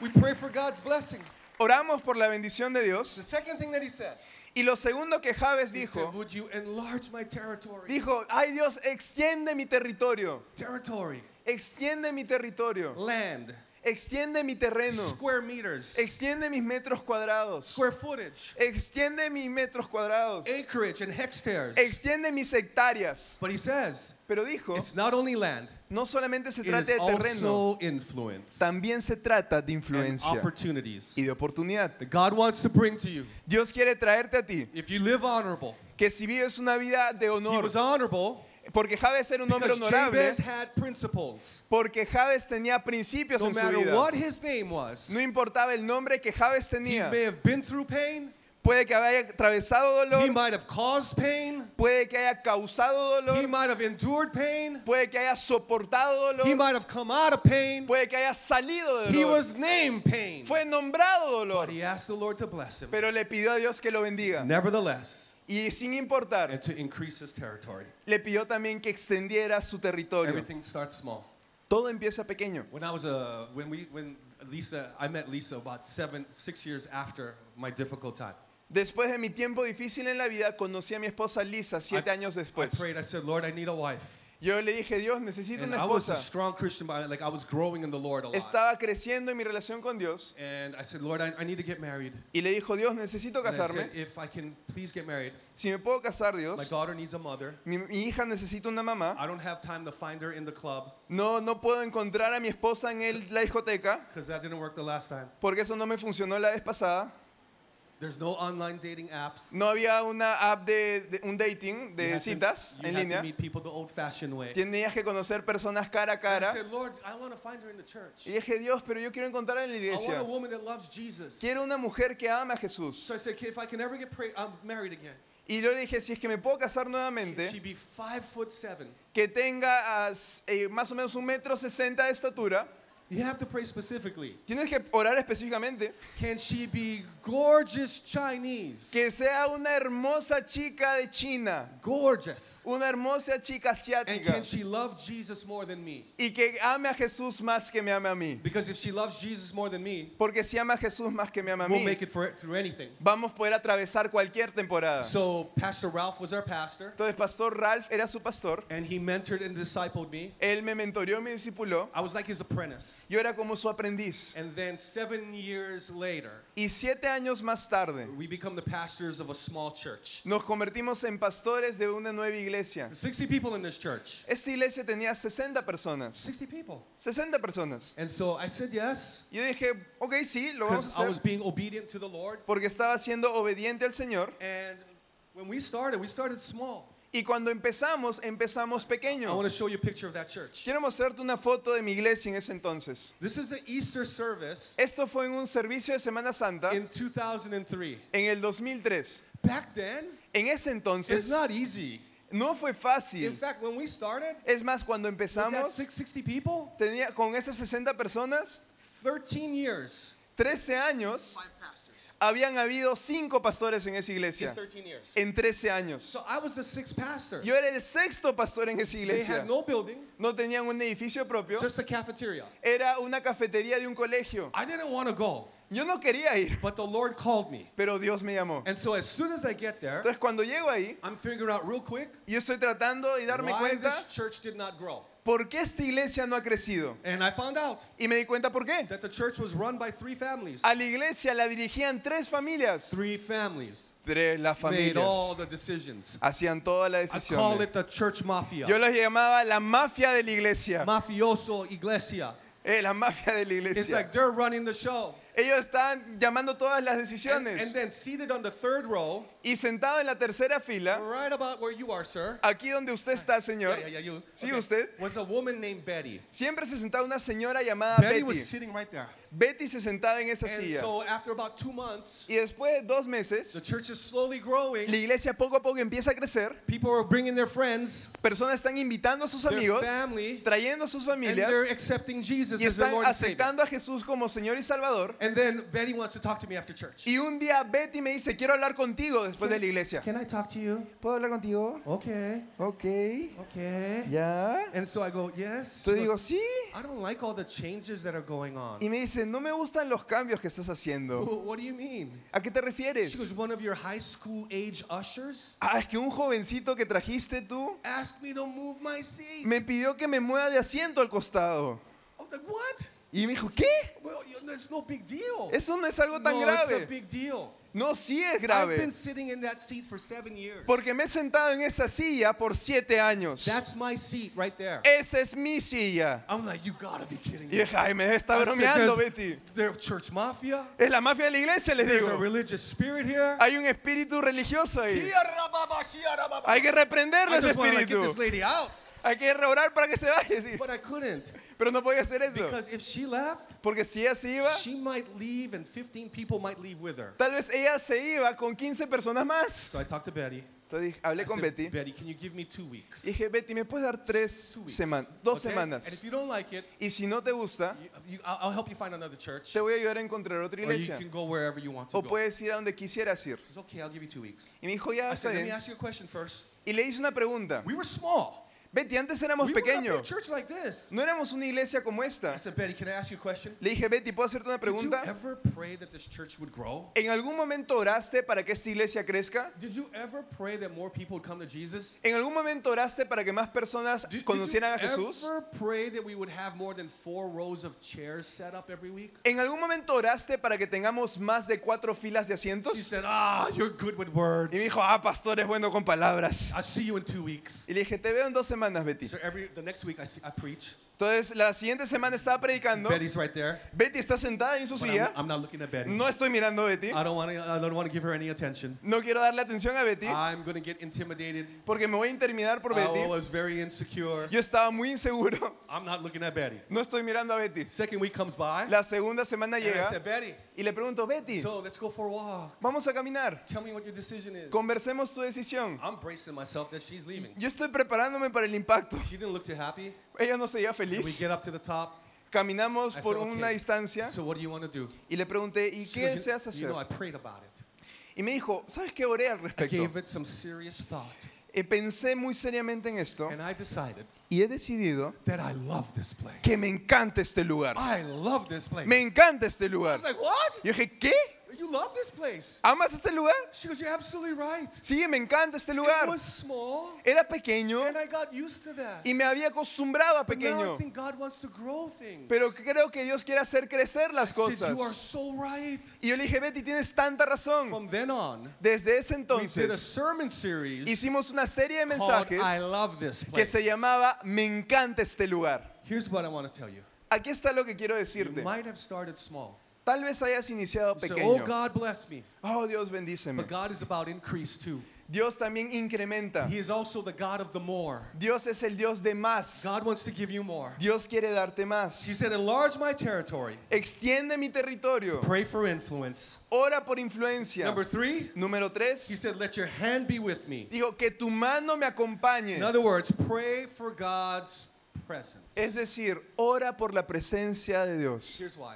[SPEAKER 2] We pray for God's blessing.
[SPEAKER 3] oramos por la bendición de
[SPEAKER 2] The
[SPEAKER 3] Dios.
[SPEAKER 2] second thing that he said,
[SPEAKER 3] Y lo segundo que Javes
[SPEAKER 2] he said,
[SPEAKER 3] dijo,
[SPEAKER 2] Would you enlarge my territory?
[SPEAKER 3] dijo, ay Dios, extiende mi territorio,
[SPEAKER 2] territory,
[SPEAKER 3] extiende mi territorio,
[SPEAKER 2] land,
[SPEAKER 3] extiende mi terreno,
[SPEAKER 2] square meters,
[SPEAKER 3] extiende mis metros cuadrados.
[SPEAKER 2] square footage,
[SPEAKER 3] Extiende mis metros cuadrados.
[SPEAKER 2] acreage, and hectares.
[SPEAKER 3] Extiende mis hectáreas.
[SPEAKER 2] But he says,
[SPEAKER 3] Pero dijo,
[SPEAKER 2] It's not only land,
[SPEAKER 3] no solamente se
[SPEAKER 2] it
[SPEAKER 3] trata de
[SPEAKER 2] is
[SPEAKER 3] terreno,
[SPEAKER 2] also influence
[SPEAKER 3] también se trata de
[SPEAKER 2] and
[SPEAKER 3] influencia
[SPEAKER 2] opportunities
[SPEAKER 3] y de oportunidad.
[SPEAKER 2] that God wants to bring to you.
[SPEAKER 3] Dios quiere traerte a ti
[SPEAKER 2] If you live honorable,
[SPEAKER 3] que si vives una vida de
[SPEAKER 2] he
[SPEAKER 3] honor,
[SPEAKER 2] was honorable
[SPEAKER 3] porque Javes era un hombre
[SPEAKER 2] because
[SPEAKER 3] honorable, eh.
[SPEAKER 2] Jabez had principles.
[SPEAKER 3] porque Javes tenía principios
[SPEAKER 2] No
[SPEAKER 3] en su
[SPEAKER 2] matter what
[SPEAKER 3] vida.
[SPEAKER 2] his name was,
[SPEAKER 3] No importaba el nombre que Javes
[SPEAKER 2] he
[SPEAKER 3] tenía.
[SPEAKER 2] may have been through pain,
[SPEAKER 3] Puede que haya atravesado
[SPEAKER 2] He
[SPEAKER 3] dolor,
[SPEAKER 2] might have caused pain.
[SPEAKER 3] puede que haya causado
[SPEAKER 2] He
[SPEAKER 3] dolor,
[SPEAKER 2] might have endured pain.
[SPEAKER 3] puede que haya soportado
[SPEAKER 2] He
[SPEAKER 3] dolor,
[SPEAKER 2] might have come out of pain.
[SPEAKER 3] puede que haya salido de
[SPEAKER 2] He
[SPEAKER 3] dolor.
[SPEAKER 2] was named pain.
[SPEAKER 3] Fue nombrado dolor,
[SPEAKER 2] But he asked the Lord to bless him.
[SPEAKER 3] pero le pidió a Dios que lo bendiga.
[SPEAKER 2] Nevertheless,
[SPEAKER 3] Y sin importar,
[SPEAKER 2] and to increase his territory.
[SPEAKER 3] le pidió también que extendiera su territorio.
[SPEAKER 2] Everything starts small.
[SPEAKER 3] Todo empieza pequeño.
[SPEAKER 2] When I was a, when we, when Lisa, I met Lisa about seven, six years after my difficult time.
[SPEAKER 3] Después de mi tiempo difícil en la vida, conocí a mi esposa Lisa siete
[SPEAKER 2] I-
[SPEAKER 3] años
[SPEAKER 2] I
[SPEAKER 3] después.
[SPEAKER 2] prayed. I said, Lord, I need a wife.
[SPEAKER 3] Yo le dije, Dios, necesito
[SPEAKER 2] And
[SPEAKER 3] una
[SPEAKER 2] I was a
[SPEAKER 3] esposa.
[SPEAKER 2] strong Christian, but I- like I was growing in the Lord a lot.
[SPEAKER 3] Estaba creciendo en mi relación con Dios
[SPEAKER 2] And I said, Lord, I, I need to get married.
[SPEAKER 3] y le dijo, Dios, necesito
[SPEAKER 2] And I said,
[SPEAKER 3] casarme.
[SPEAKER 2] if I can please get married,
[SPEAKER 3] Si me puedo casar,
[SPEAKER 2] my
[SPEAKER 3] Dios,
[SPEAKER 2] daughter needs a mother.
[SPEAKER 3] mi, mi hija necesita una mamá.
[SPEAKER 2] I don't have time to find her in the club
[SPEAKER 3] No, no puedo encontrar a mi esposa en el- la discoteca
[SPEAKER 2] because that didn't work the last time.
[SPEAKER 3] porque eso no me funcionó la vez pasada.
[SPEAKER 2] There's no online dating apps.
[SPEAKER 3] No había una app de, de- un dating
[SPEAKER 2] You
[SPEAKER 3] de
[SPEAKER 2] had to-
[SPEAKER 3] citas
[SPEAKER 2] you
[SPEAKER 3] en
[SPEAKER 2] had to
[SPEAKER 3] línea.
[SPEAKER 2] meet people the old-fashioned way.
[SPEAKER 3] Tenías que conocer personas cara a
[SPEAKER 2] And I
[SPEAKER 3] cara.
[SPEAKER 2] said, Lord, I want to find her in the church.
[SPEAKER 3] Y dije, Dios, pero yo quiero encontrar en la
[SPEAKER 2] I want a
[SPEAKER 3] iglesia.
[SPEAKER 2] woman that loves Jesus.
[SPEAKER 3] Quiero una mujer que ama a Jesús.
[SPEAKER 2] So I said, "Kid, if I can ever get pra- I'm married again,
[SPEAKER 3] Y yo le dije, si es que me puedo casar
[SPEAKER 2] she
[SPEAKER 3] nuevamente,
[SPEAKER 2] be five foot seven.
[SPEAKER 3] que tenga ah, s- eh, más o menos un metro sesenta de estatura,
[SPEAKER 2] You have to pray specifically.
[SPEAKER 3] tienes que orar específicamente,
[SPEAKER 2] Can she be gorgeous Chinese?
[SPEAKER 3] que sea una hermosa chica de China,
[SPEAKER 2] gorgeous.
[SPEAKER 3] una hermosa chica
[SPEAKER 2] And
[SPEAKER 3] asiática,
[SPEAKER 2] can she love Jesus more than me?
[SPEAKER 3] y que ame a Jesús más que me ame a mí.
[SPEAKER 2] Because if she loves Jesus more than me,
[SPEAKER 3] Porque si ama a Jesús más que me ama a
[SPEAKER 2] we'll
[SPEAKER 3] mí,
[SPEAKER 2] make it for, through anything.
[SPEAKER 3] vamos a poder atravesar cualquier temporada.
[SPEAKER 2] So Pastor Ralph was our pastor,
[SPEAKER 3] Entonces, Pastor Ralph era su pastor,
[SPEAKER 2] and he mentored and discipled me.
[SPEAKER 3] él me mentoreó, me discipuló,
[SPEAKER 2] I was like his apprentice.
[SPEAKER 3] yo era como su aprendiz.
[SPEAKER 2] And then seven years later,
[SPEAKER 3] Y siete años más tarde,
[SPEAKER 2] we become the pastors of a small church.
[SPEAKER 3] nos convertimos en pastores de una nueva iglesia.
[SPEAKER 2] 60 people in this church.
[SPEAKER 3] Esta iglesia tenía 60 personas.
[SPEAKER 2] 60 people.
[SPEAKER 3] 60 personas.
[SPEAKER 2] And so I said yes
[SPEAKER 3] Yo dije, ok, sí, lo vamos
[SPEAKER 2] because I
[SPEAKER 3] a
[SPEAKER 2] was
[SPEAKER 3] hacer.
[SPEAKER 2] being obedient to the Lord.
[SPEAKER 3] Porque estaba siendo obediente al Señor.
[SPEAKER 2] And when we started, we started small.
[SPEAKER 3] Y cuando empezamos, empezamos
[SPEAKER 2] I want
[SPEAKER 3] pequeño.
[SPEAKER 2] to show you a picture of that church.
[SPEAKER 3] Quiero mostrarte una foto de mi iglesia en ese entonces.
[SPEAKER 2] This is the Easter service
[SPEAKER 3] Esto fue en un servicio de Semana Santa en
[SPEAKER 2] in 2003.
[SPEAKER 3] el 2003.
[SPEAKER 2] Back then,
[SPEAKER 3] En ese
[SPEAKER 2] it's
[SPEAKER 3] entonces
[SPEAKER 2] not easy.
[SPEAKER 3] no fue
[SPEAKER 2] In
[SPEAKER 3] fácil.
[SPEAKER 2] fact, when we started,
[SPEAKER 3] Es más, cuando
[SPEAKER 2] with that
[SPEAKER 3] empezamos,
[SPEAKER 2] 660 people,
[SPEAKER 3] tenía con esas 60 personas,
[SPEAKER 2] 13 years.
[SPEAKER 3] 13 años,
[SPEAKER 2] Five pastors.
[SPEAKER 3] habían habido 5 pastores en esa
[SPEAKER 2] In
[SPEAKER 3] iglesia.
[SPEAKER 2] 13 years.
[SPEAKER 3] en 13 años.
[SPEAKER 2] So I was the sixth pastor.
[SPEAKER 3] Yo era el sexto pastor en esa
[SPEAKER 2] They
[SPEAKER 3] iglesia.
[SPEAKER 2] had no building,
[SPEAKER 3] No tenían un edificio propio.
[SPEAKER 2] just a cafeteria.
[SPEAKER 3] Era una cafetería de un colegio.
[SPEAKER 2] I didn't want to go,
[SPEAKER 3] Yo no quería ir,
[SPEAKER 2] but the Lord called me.
[SPEAKER 3] pero Dios me llamó.
[SPEAKER 2] And so as soon as I get there,
[SPEAKER 3] Entonces cuando llego ahí,
[SPEAKER 2] I'm figuring out real quick
[SPEAKER 3] yo estoy tratando de darme
[SPEAKER 2] why
[SPEAKER 3] cuenta
[SPEAKER 2] this church did not grow.
[SPEAKER 3] por qué esta iglesia no ha crecido.
[SPEAKER 2] And I found out
[SPEAKER 3] Y me di cuenta por qué.
[SPEAKER 2] that the church was run by three families.
[SPEAKER 3] A la iglesia la dirigían tres familias.
[SPEAKER 2] Three families
[SPEAKER 3] Tres, las
[SPEAKER 2] made all
[SPEAKER 3] familias.
[SPEAKER 2] the decisions.
[SPEAKER 3] Hacían todas las
[SPEAKER 2] I call
[SPEAKER 3] decisiones.
[SPEAKER 2] it the church mafia.
[SPEAKER 3] Yo los llamaba la mafia de la iglesia.
[SPEAKER 2] Mafioso iglesia.
[SPEAKER 3] Eh, la mafia de la
[SPEAKER 2] It's
[SPEAKER 3] iglesia.
[SPEAKER 2] like they're running the show.
[SPEAKER 3] Ellos estaban llamando todas las
[SPEAKER 2] And, and
[SPEAKER 3] decisiones.
[SPEAKER 2] then seated on the third row,
[SPEAKER 3] Y sentado en la tercera fila,
[SPEAKER 2] right about where you are, sir.
[SPEAKER 3] aquí donde usted está,
[SPEAKER 2] Yeah,
[SPEAKER 3] señor,
[SPEAKER 2] yeah, yeah, you.
[SPEAKER 3] Sí, usted.
[SPEAKER 2] Was a woman named Betty.
[SPEAKER 3] siempre se sentaba una señora llamada
[SPEAKER 2] Ah, Betty E was
[SPEAKER 3] Betty.
[SPEAKER 2] sitting right there.
[SPEAKER 3] Betty se sentaba en esa
[SPEAKER 2] And
[SPEAKER 3] silla.
[SPEAKER 2] so after about two months,
[SPEAKER 3] Y después de dos
[SPEAKER 2] the
[SPEAKER 3] meses,
[SPEAKER 2] church is slowly
[SPEAKER 3] la
[SPEAKER 2] growing.
[SPEAKER 3] iglesia poco a poco empieza a crecer.
[SPEAKER 2] People are bringing their friends,
[SPEAKER 3] Personas están invitando a sus
[SPEAKER 2] Their
[SPEAKER 3] amigos,
[SPEAKER 2] family,
[SPEAKER 3] trayendo a sus
[SPEAKER 2] and
[SPEAKER 3] familias
[SPEAKER 2] they're accepting Jesus
[SPEAKER 3] y
[SPEAKER 2] as their
[SPEAKER 3] están
[SPEAKER 2] Lord and Savior.
[SPEAKER 3] aceptando a Jesús como Señor y Salvador.
[SPEAKER 2] And then Betty wants to talk to me after church.
[SPEAKER 3] Y un día Betty me dice, quiero hablar contigo después de la iglesia.
[SPEAKER 2] Can I talk to you?
[SPEAKER 3] ¿Puedo hablar contigo?
[SPEAKER 2] Okay,
[SPEAKER 3] Ok.
[SPEAKER 2] okay.
[SPEAKER 3] ¿Ya?
[SPEAKER 2] And so I go, yes. She
[SPEAKER 3] Entonces digo,
[SPEAKER 2] goes,
[SPEAKER 3] sí.
[SPEAKER 2] I don't like all the changes that are going on.
[SPEAKER 3] Y me dice, no me gustan los cambios que estás haciendo.
[SPEAKER 2] "Wh- [laughs] What do you mean?
[SPEAKER 3] ¿A qué te
[SPEAKER 2] She goes,
[SPEAKER 3] refieres?
[SPEAKER 2] one of your high school age ushers
[SPEAKER 3] Ah, es que un jovencito que trajiste tú
[SPEAKER 2] asked me to move my seat.
[SPEAKER 3] me pidió que me mueva de asiento al costado.
[SPEAKER 2] I was like, what?
[SPEAKER 3] Y me dijo, ¿qué?
[SPEAKER 2] Well, you know, it's no big deal.
[SPEAKER 3] Eso no es algo tan
[SPEAKER 2] no, it's a
[SPEAKER 3] grave.
[SPEAKER 2] big deal.
[SPEAKER 3] No, sí es
[SPEAKER 2] I've been
[SPEAKER 3] grave.
[SPEAKER 2] sitting in that seat for seven years.
[SPEAKER 3] Porque me he sentado en esa silla por siete años.
[SPEAKER 2] That's my seat right there.
[SPEAKER 3] Esa es mi silla.
[SPEAKER 2] I'm like, you gotta be kidding
[SPEAKER 3] Y
[SPEAKER 2] me.
[SPEAKER 3] dije, ay, me está
[SPEAKER 2] I said,
[SPEAKER 3] bromeando,
[SPEAKER 2] "There's-
[SPEAKER 3] Betty.
[SPEAKER 2] They're church mafia.
[SPEAKER 3] Es la mafia de la iglesia, les
[SPEAKER 2] There's a
[SPEAKER 3] digo.
[SPEAKER 2] religious spirit here.
[SPEAKER 3] Hay un espíritu religioso ahí.
[SPEAKER 2] I
[SPEAKER 3] Hay que reprenderle ese
[SPEAKER 2] just want to get this
[SPEAKER 3] espíritu.
[SPEAKER 2] lady out,
[SPEAKER 3] Hay que orar para que se vaya. sí.
[SPEAKER 2] but I couldn't.
[SPEAKER 3] Pero no podía hacer eso.
[SPEAKER 2] Because if she left,
[SPEAKER 3] Porque si ella se iba,
[SPEAKER 2] she might leave and 15 people might leave with her.
[SPEAKER 3] tal vez ella se iba con 15 personas más.
[SPEAKER 2] So I talked to Betty.
[SPEAKER 3] Entonces dije- hablé
[SPEAKER 2] I
[SPEAKER 3] con
[SPEAKER 2] said,
[SPEAKER 3] Betty.
[SPEAKER 2] Betty, can you give me two weeks?
[SPEAKER 3] Y dije, Betty, ¿me puedes dar tres
[SPEAKER 2] Two weeks.
[SPEAKER 3] semanas? Dos
[SPEAKER 2] okay? And if
[SPEAKER 3] semanas.
[SPEAKER 2] you don't like it,
[SPEAKER 3] Y si no te gusta,
[SPEAKER 2] you, you, I'll, I'll help you find another church.
[SPEAKER 3] te voy a ayudar a encontrar otra
[SPEAKER 2] Or you
[SPEAKER 3] iglesia. Oh,
[SPEAKER 2] can go wherever you want to
[SPEAKER 3] O
[SPEAKER 2] go.
[SPEAKER 3] puedes ir a donde quisieras ir.
[SPEAKER 2] It's okay, I'll give you two weeks.
[SPEAKER 3] Y me dijo,
[SPEAKER 2] I
[SPEAKER 3] ya Ah, está
[SPEAKER 2] said, let me
[SPEAKER 3] bien.
[SPEAKER 2] ask you a question first.
[SPEAKER 3] Y le hice una pregunta.
[SPEAKER 2] We were small.
[SPEAKER 3] Betty, antes éramos
[SPEAKER 2] we were not a
[SPEAKER 3] pequeños.
[SPEAKER 2] church like this.
[SPEAKER 3] No éramos una iglesia como esta.
[SPEAKER 2] I said, Betty, can I ask you a question?
[SPEAKER 3] Le dije, Betty, ¿puedo hacerte una
[SPEAKER 2] Did you
[SPEAKER 3] pregunta?
[SPEAKER 2] ever pray that this church would grow?
[SPEAKER 3] ¿En algún momento oraste para que esta iglesia crezca?
[SPEAKER 2] Did you ever pray that more people would come to Jesus?
[SPEAKER 3] ¿En algún momento oraste para que más personas
[SPEAKER 2] Did, did you
[SPEAKER 3] conocieran a Jesús?
[SPEAKER 2] ever pray that we would have more than four rows of chairs set up every week?
[SPEAKER 3] ¿En algún momento oraste para que tengamos más de cuatro filas de
[SPEAKER 2] She
[SPEAKER 3] asientos?
[SPEAKER 2] said, ah, you're good with words.
[SPEAKER 3] Y me dijo, ah, pastor, es bueno con palabras.
[SPEAKER 2] I'll see you in two weeks.
[SPEAKER 3] Y le dije, te veo en dos semanas, Betty.
[SPEAKER 2] So every the next week I, see, I preach.
[SPEAKER 3] Entonces, la siguiente semana estaba predicando.
[SPEAKER 2] Betty's right there.
[SPEAKER 3] Betty está sentada en su
[SPEAKER 2] But I'm,
[SPEAKER 3] silla.
[SPEAKER 2] I'm not looking at Betty.
[SPEAKER 3] ¿eh? No estoy mirando a Betty.
[SPEAKER 2] I don't want to. I don't want to give her any attention.
[SPEAKER 3] No quiero darle atención a Betty
[SPEAKER 2] I'm gonna get intimidated.
[SPEAKER 3] porque me voy a intimidar por Betty.
[SPEAKER 2] I was very insecure.
[SPEAKER 3] Yo estaba muy inseguro. [laughs]
[SPEAKER 2] I'm not looking at Betty.
[SPEAKER 3] No estoy mirando a Betty.
[SPEAKER 2] Second week comes by.
[SPEAKER 3] La segunda
[SPEAKER 2] And
[SPEAKER 3] semana
[SPEAKER 2] I
[SPEAKER 3] llega
[SPEAKER 2] said, Betty,
[SPEAKER 3] y le pregunto, Betty,
[SPEAKER 2] so let's go for a walk.
[SPEAKER 3] vamos a caminar.
[SPEAKER 2] Tell me what your decision is.
[SPEAKER 3] Conversemos tu decisión.
[SPEAKER 2] I'm bracing myself that she's leaving.
[SPEAKER 3] Yo estoy preparándome para el impacto. [laughs]
[SPEAKER 2] She didn't look too happy.
[SPEAKER 3] Ella no se veía
[SPEAKER 2] And we
[SPEAKER 3] feliz.
[SPEAKER 2] get up to the top.
[SPEAKER 3] Caminamos
[SPEAKER 2] I
[SPEAKER 3] por
[SPEAKER 2] said,
[SPEAKER 3] una
[SPEAKER 2] "Okay,
[SPEAKER 3] distancia
[SPEAKER 2] So what do you want to do?
[SPEAKER 3] y le pregunté, ¿y
[SPEAKER 2] She
[SPEAKER 3] qué
[SPEAKER 2] goes, "You-
[SPEAKER 3] deseas hacer?
[SPEAKER 2] You know, I prayed about it.
[SPEAKER 3] Y me dijo, ¿sabes qué oré al
[SPEAKER 2] I
[SPEAKER 3] respecto?
[SPEAKER 2] gave it some serious thought,
[SPEAKER 3] Eh, pensé muy seriamente en esto
[SPEAKER 2] and I decided
[SPEAKER 3] y he decidido
[SPEAKER 2] that I love this place.
[SPEAKER 3] que me encanta este lugar.
[SPEAKER 2] I love this place.
[SPEAKER 3] Me encanta este
[SPEAKER 2] I
[SPEAKER 3] lugar.
[SPEAKER 2] was like, what?
[SPEAKER 3] Yo dije, ¿qué?
[SPEAKER 2] You love this place?
[SPEAKER 3] ¿Amas este lugar?
[SPEAKER 2] She goes, you're absolutely right.
[SPEAKER 3] Sí, me encanta este
[SPEAKER 2] It
[SPEAKER 3] lugar.
[SPEAKER 2] was small,
[SPEAKER 3] Era pequeño
[SPEAKER 2] and I got used to that.
[SPEAKER 3] y me había acostumbrado a
[SPEAKER 2] But now I
[SPEAKER 3] pequeño.
[SPEAKER 2] think God wants to grow things.
[SPEAKER 3] Pero creo que Dios quiere hacer crecer las
[SPEAKER 2] I said, you are
[SPEAKER 3] cosas.
[SPEAKER 2] so right.
[SPEAKER 3] Y yo le dije, Betty, tienes tanta razón.
[SPEAKER 2] From then on,
[SPEAKER 3] Desde ese
[SPEAKER 2] we did a
[SPEAKER 3] entonces
[SPEAKER 2] sermon series
[SPEAKER 3] hicimos una serie de
[SPEAKER 2] called
[SPEAKER 3] mensajes
[SPEAKER 2] I Love This
[SPEAKER 3] que
[SPEAKER 2] Place.
[SPEAKER 3] se llamaba Me encanta este lugar.
[SPEAKER 2] Here's what I want to tell you.
[SPEAKER 3] Aquí está lo que quiero
[SPEAKER 2] You
[SPEAKER 3] decirte.
[SPEAKER 2] might have started small.
[SPEAKER 3] Tal vez hayas iniciado
[SPEAKER 2] You say, oh,
[SPEAKER 3] pequeño.
[SPEAKER 2] God bless me.
[SPEAKER 3] Oh, Dios bendíceme.
[SPEAKER 2] But God is about increase too.
[SPEAKER 3] Dios también incrementa.
[SPEAKER 2] He is also the God of the more.
[SPEAKER 3] Dios es el Dios de más.
[SPEAKER 2] God wants to give you more.
[SPEAKER 3] Dios quiere darte
[SPEAKER 2] He
[SPEAKER 3] más.
[SPEAKER 2] said, enlarge my territory.
[SPEAKER 3] Extiende mi territorio.
[SPEAKER 2] Pray for influence.
[SPEAKER 3] Ora por influencia.
[SPEAKER 2] Number three,
[SPEAKER 3] Número
[SPEAKER 2] he
[SPEAKER 3] tres.
[SPEAKER 2] said, let your hand be with me.
[SPEAKER 3] Digo, que tu mano me acompañe.
[SPEAKER 2] In other words, pray for God's
[SPEAKER 3] Es
[SPEAKER 2] presence.
[SPEAKER 3] decir, ora por la presencia de Dios.
[SPEAKER 2] Here's why.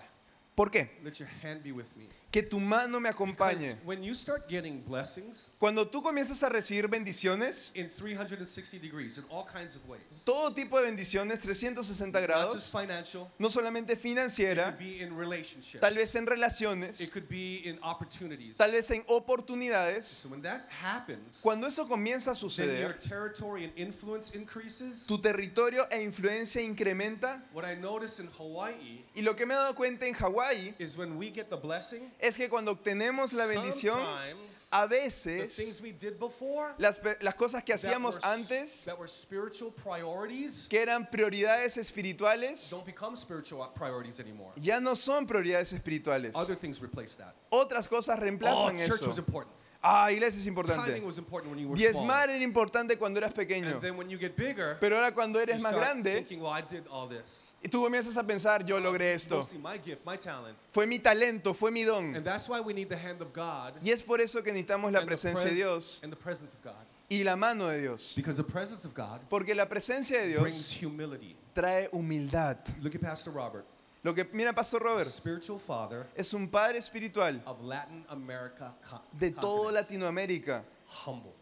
[SPEAKER 3] ¿Por qué?
[SPEAKER 2] Let your hand be with me.
[SPEAKER 3] Que tu mano me acompañe.
[SPEAKER 2] 'Cause When you start getting blessings
[SPEAKER 3] Cuando tú comienzas a recibir bendiciones,
[SPEAKER 2] in 360 degrees, in all kinds of ways,
[SPEAKER 3] todo tipo de bendiciones, 360
[SPEAKER 2] not just
[SPEAKER 3] grados,
[SPEAKER 2] financial,
[SPEAKER 3] no solamente
[SPEAKER 2] it could
[SPEAKER 3] financiera,
[SPEAKER 2] be in relationships,
[SPEAKER 3] tal vez en relaciones,
[SPEAKER 2] it could be in opportunities.
[SPEAKER 3] tal vez en oportunidades.
[SPEAKER 2] So when that happens,
[SPEAKER 3] Cuando eso comienza a
[SPEAKER 2] then your
[SPEAKER 3] suceder,
[SPEAKER 2] territory and influence increases.
[SPEAKER 3] tu territorio e influencia incrementa.
[SPEAKER 2] What I notice in Hawaii
[SPEAKER 3] Y lo que me he dado cuenta en Hawái
[SPEAKER 2] is when we get the blessing,
[SPEAKER 3] es que cuando obtenemos la bendición,
[SPEAKER 2] sometimes
[SPEAKER 3] a
[SPEAKER 2] the
[SPEAKER 3] veces
[SPEAKER 2] things we did before
[SPEAKER 3] las, pe- las cosas que hacíamos
[SPEAKER 2] that, were, s-
[SPEAKER 3] antes,
[SPEAKER 2] that were spiritual priorities
[SPEAKER 3] que eran prioridades espirituales,
[SPEAKER 2] don't become spiritual priorities anymore.
[SPEAKER 3] ya no son prioridades espirituales.
[SPEAKER 2] Other things replace that.
[SPEAKER 3] Otras cosas
[SPEAKER 2] Oh,
[SPEAKER 3] reemplazan
[SPEAKER 2] church was
[SPEAKER 3] eso.
[SPEAKER 2] important.
[SPEAKER 3] Ah, iglesia es
[SPEAKER 2] Tithing
[SPEAKER 3] importante.
[SPEAKER 2] was important when you were small.
[SPEAKER 3] Diezmar era importante cuando eras pequeño,
[SPEAKER 2] And then when you get bigger,
[SPEAKER 3] pero ahora cuando
[SPEAKER 2] you
[SPEAKER 3] eres más
[SPEAKER 2] start
[SPEAKER 3] grande,
[SPEAKER 2] thinking, well, I did all this.
[SPEAKER 3] y tú comienzas a pensar, yo logré
[SPEAKER 2] This is
[SPEAKER 3] esto.
[SPEAKER 2] mostly my gift, my talent.
[SPEAKER 3] Fue mi talento, fue mi
[SPEAKER 2] And
[SPEAKER 3] don.
[SPEAKER 2] that's why we need the hand of God
[SPEAKER 3] Y es por eso que necesitamos la
[SPEAKER 2] and, the
[SPEAKER 3] presencia de
[SPEAKER 2] pres-
[SPEAKER 3] Dios
[SPEAKER 2] and the presence of God.
[SPEAKER 3] y la mano de Dios.
[SPEAKER 2] Because the presence of God
[SPEAKER 3] Porque la presencia de
[SPEAKER 2] brings
[SPEAKER 3] Dios
[SPEAKER 2] humility.
[SPEAKER 3] trae humildad.
[SPEAKER 2] Look at Pastor Robert,
[SPEAKER 3] Lo que mira Pastor Robert
[SPEAKER 2] spiritual father
[SPEAKER 3] es un padre espiritual
[SPEAKER 2] of Latin America con-
[SPEAKER 3] de todo
[SPEAKER 2] continents.
[SPEAKER 3] Latinoamérica,
[SPEAKER 2] Humble,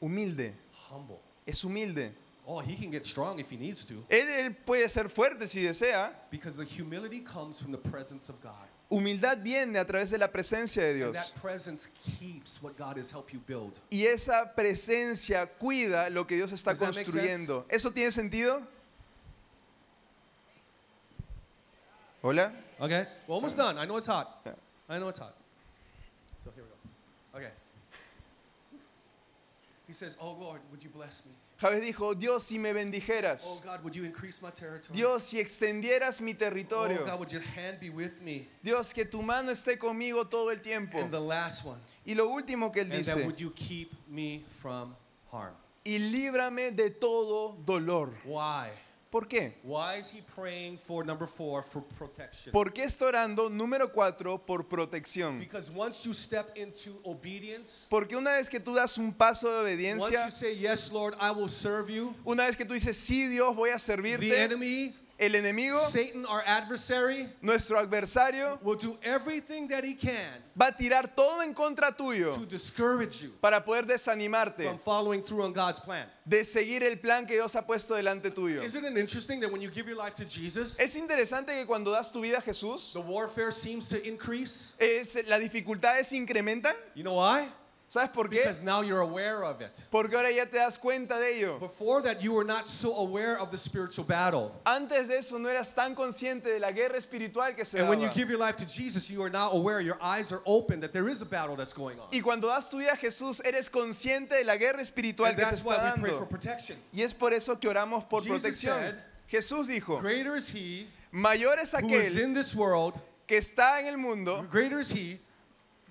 [SPEAKER 3] humilde,
[SPEAKER 2] humble.
[SPEAKER 3] es humilde.
[SPEAKER 2] Oh, he can get strong if he needs to.
[SPEAKER 3] Él, él puede ser fuerte si desea.
[SPEAKER 2] Because the humility comes from the presence of God.
[SPEAKER 3] Humildad viene a través de la presencia de
[SPEAKER 2] And that
[SPEAKER 3] Dios.
[SPEAKER 2] presence keeps what God has helped you build.
[SPEAKER 3] Y esa presencia cuida lo que Dios está
[SPEAKER 2] Does that make
[SPEAKER 3] construyendo. ¿Eso tiene sentido? ¿Hola?
[SPEAKER 2] Okay? We're almost done. I know it's hot.
[SPEAKER 3] Yeah.
[SPEAKER 2] I know it's hot. So here we go. Okay. He says, Oh Lord, would you bless me?
[SPEAKER 3] Javes dijo, Dios, si me
[SPEAKER 2] Oh
[SPEAKER 3] bendijeras.
[SPEAKER 2] God, would you increase my territory?
[SPEAKER 3] Dios, si extendieras mi
[SPEAKER 2] oh
[SPEAKER 3] territorio.
[SPEAKER 2] God, would your hand be with me?
[SPEAKER 3] Dios, que tu mano esté conmigo todo el tiempo.
[SPEAKER 2] And the last one.
[SPEAKER 3] Y lo último que
[SPEAKER 2] And
[SPEAKER 3] él
[SPEAKER 2] then
[SPEAKER 3] dice,
[SPEAKER 2] would you keep me from harm?
[SPEAKER 3] y líbrame de todo dolor.
[SPEAKER 2] Why?
[SPEAKER 3] ¿Por qué?
[SPEAKER 2] Why is he praying for number four for protection?
[SPEAKER 3] ¿Por qué está orando número 4 por protección?
[SPEAKER 2] Because once you step into obedience,
[SPEAKER 3] Porque una vez que tú das un paso de
[SPEAKER 2] once you
[SPEAKER 3] obediencia,
[SPEAKER 2] say, Yes, Lord, I will serve you,
[SPEAKER 3] una vez que tú dices, sí Dios, voy
[SPEAKER 2] the
[SPEAKER 3] a servirte,
[SPEAKER 2] enemy,
[SPEAKER 3] el enemigo,
[SPEAKER 2] Satan, our adversary,
[SPEAKER 3] nuestro adversario,
[SPEAKER 2] will do everything that he can
[SPEAKER 3] va a tirar todo en contra tuyo
[SPEAKER 2] to discourage you
[SPEAKER 3] para poder
[SPEAKER 2] from
[SPEAKER 3] desanimarte
[SPEAKER 2] following through on God's plan.
[SPEAKER 3] de seguir el plan que Dios ha puesto delante tuyo.
[SPEAKER 2] Isn't it interesting that when you give your life to Jesus,
[SPEAKER 3] Es interesante que cuando das tu vida a Jesús,
[SPEAKER 2] the warfare seems to increase?
[SPEAKER 3] es- las dificultades se incrementan.
[SPEAKER 2] You know why?
[SPEAKER 3] ¿Sabes por qué?
[SPEAKER 2] Because now you're aware of it.
[SPEAKER 3] Porque ahora ya te das cuenta de ello.
[SPEAKER 2] Before that, you were not so aware of the spiritual battle.
[SPEAKER 3] Antes de eso no eras tan consciente de la guerra espiritual que se
[SPEAKER 2] And when you
[SPEAKER 3] daba.
[SPEAKER 2] give your life to Jesus, you are now aware, your eyes are open that there is a battle that's going on.
[SPEAKER 3] Y cuando das tu vida a Jesús, eres consciente de la guerra espiritual
[SPEAKER 2] And
[SPEAKER 3] que se
[SPEAKER 2] that's why
[SPEAKER 3] está
[SPEAKER 2] we pray for
[SPEAKER 3] dando.
[SPEAKER 2] protection.
[SPEAKER 3] Y es por eso que oramos por
[SPEAKER 2] Jesus
[SPEAKER 3] protección.
[SPEAKER 2] said,
[SPEAKER 3] Jesús dijo,
[SPEAKER 2] Greater is he
[SPEAKER 3] mayor es
[SPEAKER 2] who is
[SPEAKER 3] aquel
[SPEAKER 2] in this world,
[SPEAKER 3] que está en el mundo,
[SPEAKER 2] greater is he,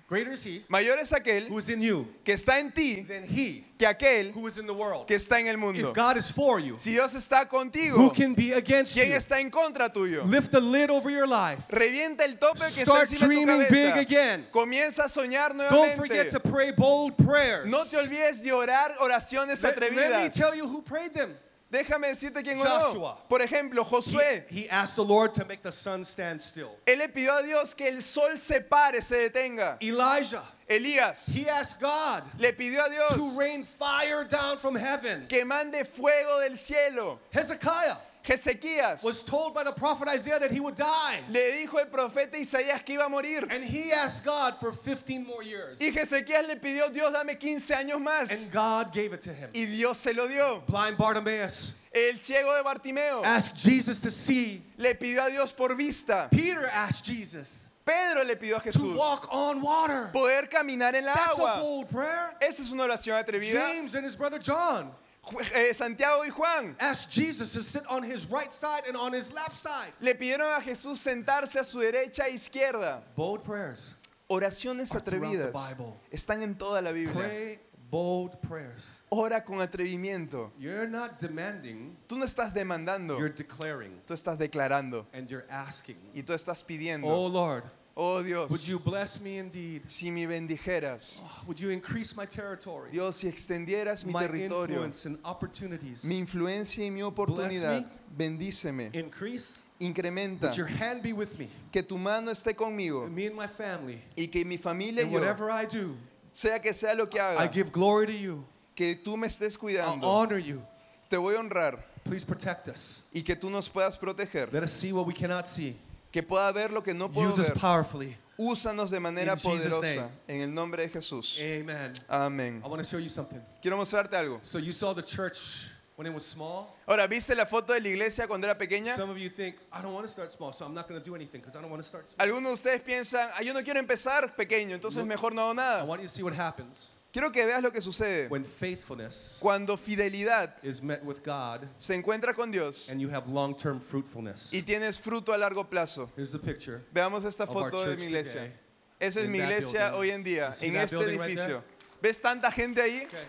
[SPEAKER 2] greater is he
[SPEAKER 3] mayor es
[SPEAKER 2] who
[SPEAKER 3] aquel
[SPEAKER 2] is in you
[SPEAKER 3] que está en ti
[SPEAKER 2] than he
[SPEAKER 3] que aquel
[SPEAKER 2] who is in the world.
[SPEAKER 3] que está en el mundo.
[SPEAKER 2] If God is for you,
[SPEAKER 3] Si Dios está
[SPEAKER 2] who
[SPEAKER 3] contigo,
[SPEAKER 2] can be against
[SPEAKER 3] ¿quién
[SPEAKER 2] you?
[SPEAKER 3] está en contra tuyo?
[SPEAKER 2] Lift the lid over your life.
[SPEAKER 3] Revienta el tope que está
[SPEAKER 2] Start
[SPEAKER 3] encima de tu
[SPEAKER 2] dreaming
[SPEAKER 3] cabeza.
[SPEAKER 2] big again.
[SPEAKER 3] Comienza a soñar
[SPEAKER 2] Don't forget to
[SPEAKER 3] nuevamente.
[SPEAKER 2] pray bold prayers.
[SPEAKER 3] No te olvides de orar oraciones
[SPEAKER 2] Let- let me
[SPEAKER 3] atrevidas.
[SPEAKER 2] tell you who prayed them.
[SPEAKER 3] Déjame decirte quién oró.
[SPEAKER 2] Joshua.
[SPEAKER 3] Por ejemplo,
[SPEAKER 2] He,
[SPEAKER 3] Josué.
[SPEAKER 2] he asked the Lord to make the sun stand still.
[SPEAKER 3] Él le pidió a Dios que el sol se pare, se detenga.
[SPEAKER 2] Elijah,
[SPEAKER 3] Elías
[SPEAKER 2] he asked God
[SPEAKER 3] le pidió a Dios
[SPEAKER 2] to rain fire down from heaven.
[SPEAKER 3] que mande fuego del cielo.
[SPEAKER 2] Hezekiah
[SPEAKER 3] Jezequías
[SPEAKER 2] was told by the prophet Isaiah that he would die.
[SPEAKER 3] le dijo el profeta Isaías que iba a morir.
[SPEAKER 2] And he asked God for 15 more years.
[SPEAKER 3] Y Jezequías le pidió, Dios, dame 15 años
[SPEAKER 2] And
[SPEAKER 3] más.
[SPEAKER 2] God gave it to him.
[SPEAKER 3] Y Dios se lo dio.
[SPEAKER 2] Blind Bartimaeus
[SPEAKER 3] El ciego de Bartimeo
[SPEAKER 2] asked Jesus to see.
[SPEAKER 3] le pidió a Dios por vista.
[SPEAKER 2] Peter asked Jesus
[SPEAKER 3] Pedro le pidió a
[SPEAKER 2] to
[SPEAKER 3] Jesús
[SPEAKER 2] walk on water.
[SPEAKER 3] poder caminar en la
[SPEAKER 2] That's a
[SPEAKER 3] agua.
[SPEAKER 2] bold prayer.
[SPEAKER 3] Esa es una oración atrevida.
[SPEAKER 2] James and his brother John
[SPEAKER 3] Ju- eh, Santiago y Juan
[SPEAKER 2] asked Jesus to sit on his right side and on his left side.
[SPEAKER 3] le pidieron a Jesús sentarse a su derecha e izquierda.
[SPEAKER 2] Bold prayers.
[SPEAKER 3] Oraciones
[SPEAKER 2] Are throughout the
[SPEAKER 3] atrevidas
[SPEAKER 2] Bible.
[SPEAKER 3] están en toda la Biblia.
[SPEAKER 2] Pray bold prayers.
[SPEAKER 3] Ora con atrevimiento.
[SPEAKER 2] You're not demanding,
[SPEAKER 3] Tú no estás demandando,
[SPEAKER 2] you're declaring
[SPEAKER 3] tú estás declarando
[SPEAKER 2] and you're asking.
[SPEAKER 3] y tú estás
[SPEAKER 2] Oh
[SPEAKER 3] pidiendo.
[SPEAKER 2] Lord,
[SPEAKER 3] Oh
[SPEAKER 2] would
[SPEAKER 3] Dios,
[SPEAKER 2] you bless me indeed?
[SPEAKER 3] si me bendijeras,
[SPEAKER 2] Would you increase my territory?
[SPEAKER 3] Dios, si extendieras mi
[SPEAKER 2] my
[SPEAKER 3] territorio,
[SPEAKER 2] influence and opportunities.
[SPEAKER 3] mi influencia y mi oportunidad, bendíceme,
[SPEAKER 2] Increase.
[SPEAKER 3] incrementa,
[SPEAKER 2] Would your hand be with me,
[SPEAKER 3] que tu mano esté conmigo
[SPEAKER 2] and me and my family,
[SPEAKER 3] y que mi familia y
[SPEAKER 2] and
[SPEAKER 3] yo,
[SPEAKER 2] whatever I do,
[SPEAKER 3] sea que sea lo que
[SPEAKER 2] I
[SPEAKER 3] haga,
[SPEAKER 2] give glory to you.
[SPEAKER 3] que tú me estés
[SPEAKER 2] I'll
[SPEAKER 3] cuidando.
[SPEAKER 2] honor you.
[SPEAKER 3] Te voy a honrar
[SPEAKER 2] Please protect us.
[SPEAKER 3] y que tú nos puedas proteger.
[SPEAKER 2] Let us see what we cannot see.
[SPEAKER 3] Que pueda ver lo que no puedo
[SPEAKER 2] Use us
[SPEAKER 3] ver.
[SPEAKER 2] powerfully.
[SPEAKER 3] Úsanos de manera
[SPEAKER 2] In Jesus'
[SPEAKER 3] poderosa.
[SPEAKER 2] name.
[SPEAKER 3] En el nombre de Jesús.
[SPEAKER 2] Amen.
[SPEAKER 3] Amén.
[SPEAKER 2] I want to show you something.
[SPEAKER 3] Quiero mostrarte algo.
[SPEAKER 2] So you saw the church when it was small.
[SPEAKER 3] Ahora, ¿viste la foto de la iglesia cuando era pequeña?
[SPEAKER 2] Some of you think, I don't want to start small, so I'm not going to do anything because I don't want to start small.
[SPEAKER 3] Algunos de ustedes piensan, "Ah, yo no quiero empezar pequeño, entonces
[SPEAKER 2] No.
[SPEAKER 3] mejor no hago
[SPEAKER 2] I
[SPEAKER 3] nada.
[SPEAKER 2] want you to see what happens
[SPEAKER 3] Quiero que veas lo que sucede.
[SPEAKER 2] when faithfulness
[SPEAKER 3] Cuando fidelidad
[SPEAKER 2] is met with God
[SPEAKER 3] se encuentra con Dios
[SPEAKER 2] and you have long-term fruitfulness.
[SPEAKER 3] y tienes fruto a largo plazo.
[SPEAKER 2] Here's the picture.
[SPEAKER 3] Veamos esta
[SPEAKER 2] Of our
[SPEAKER 3] foto de
[SPEAKER 2] church
[SPEAKER 3] mi iglesia.
[SPEAKER 2] today.
[SPEAKER 3] Esa es
[SPEAKER 2] In
[SPEAKER 3] mi
[SPEAKER 2] that
[SPEAKER 3] iglesia
[SPEAKER 2] building.
[SPEAKER 3] hoy en día,
[SPEAKER 2] You see
[SPEAKER 3] en
[SPEAKER 2] that
[SPEAKER 3] este
[SPEAKER 2] building right
[SPEAKER 3] edificio.
[SPEAKER 2] there?
[SPEAKER 3] ¿Ves tanta gente ahí?
[SPEAKER 2] Okay.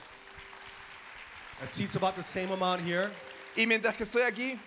[SPEAKER 2] That seat's about the same amount here.
[SPEAKER 3] Y mientras que estoy aquí,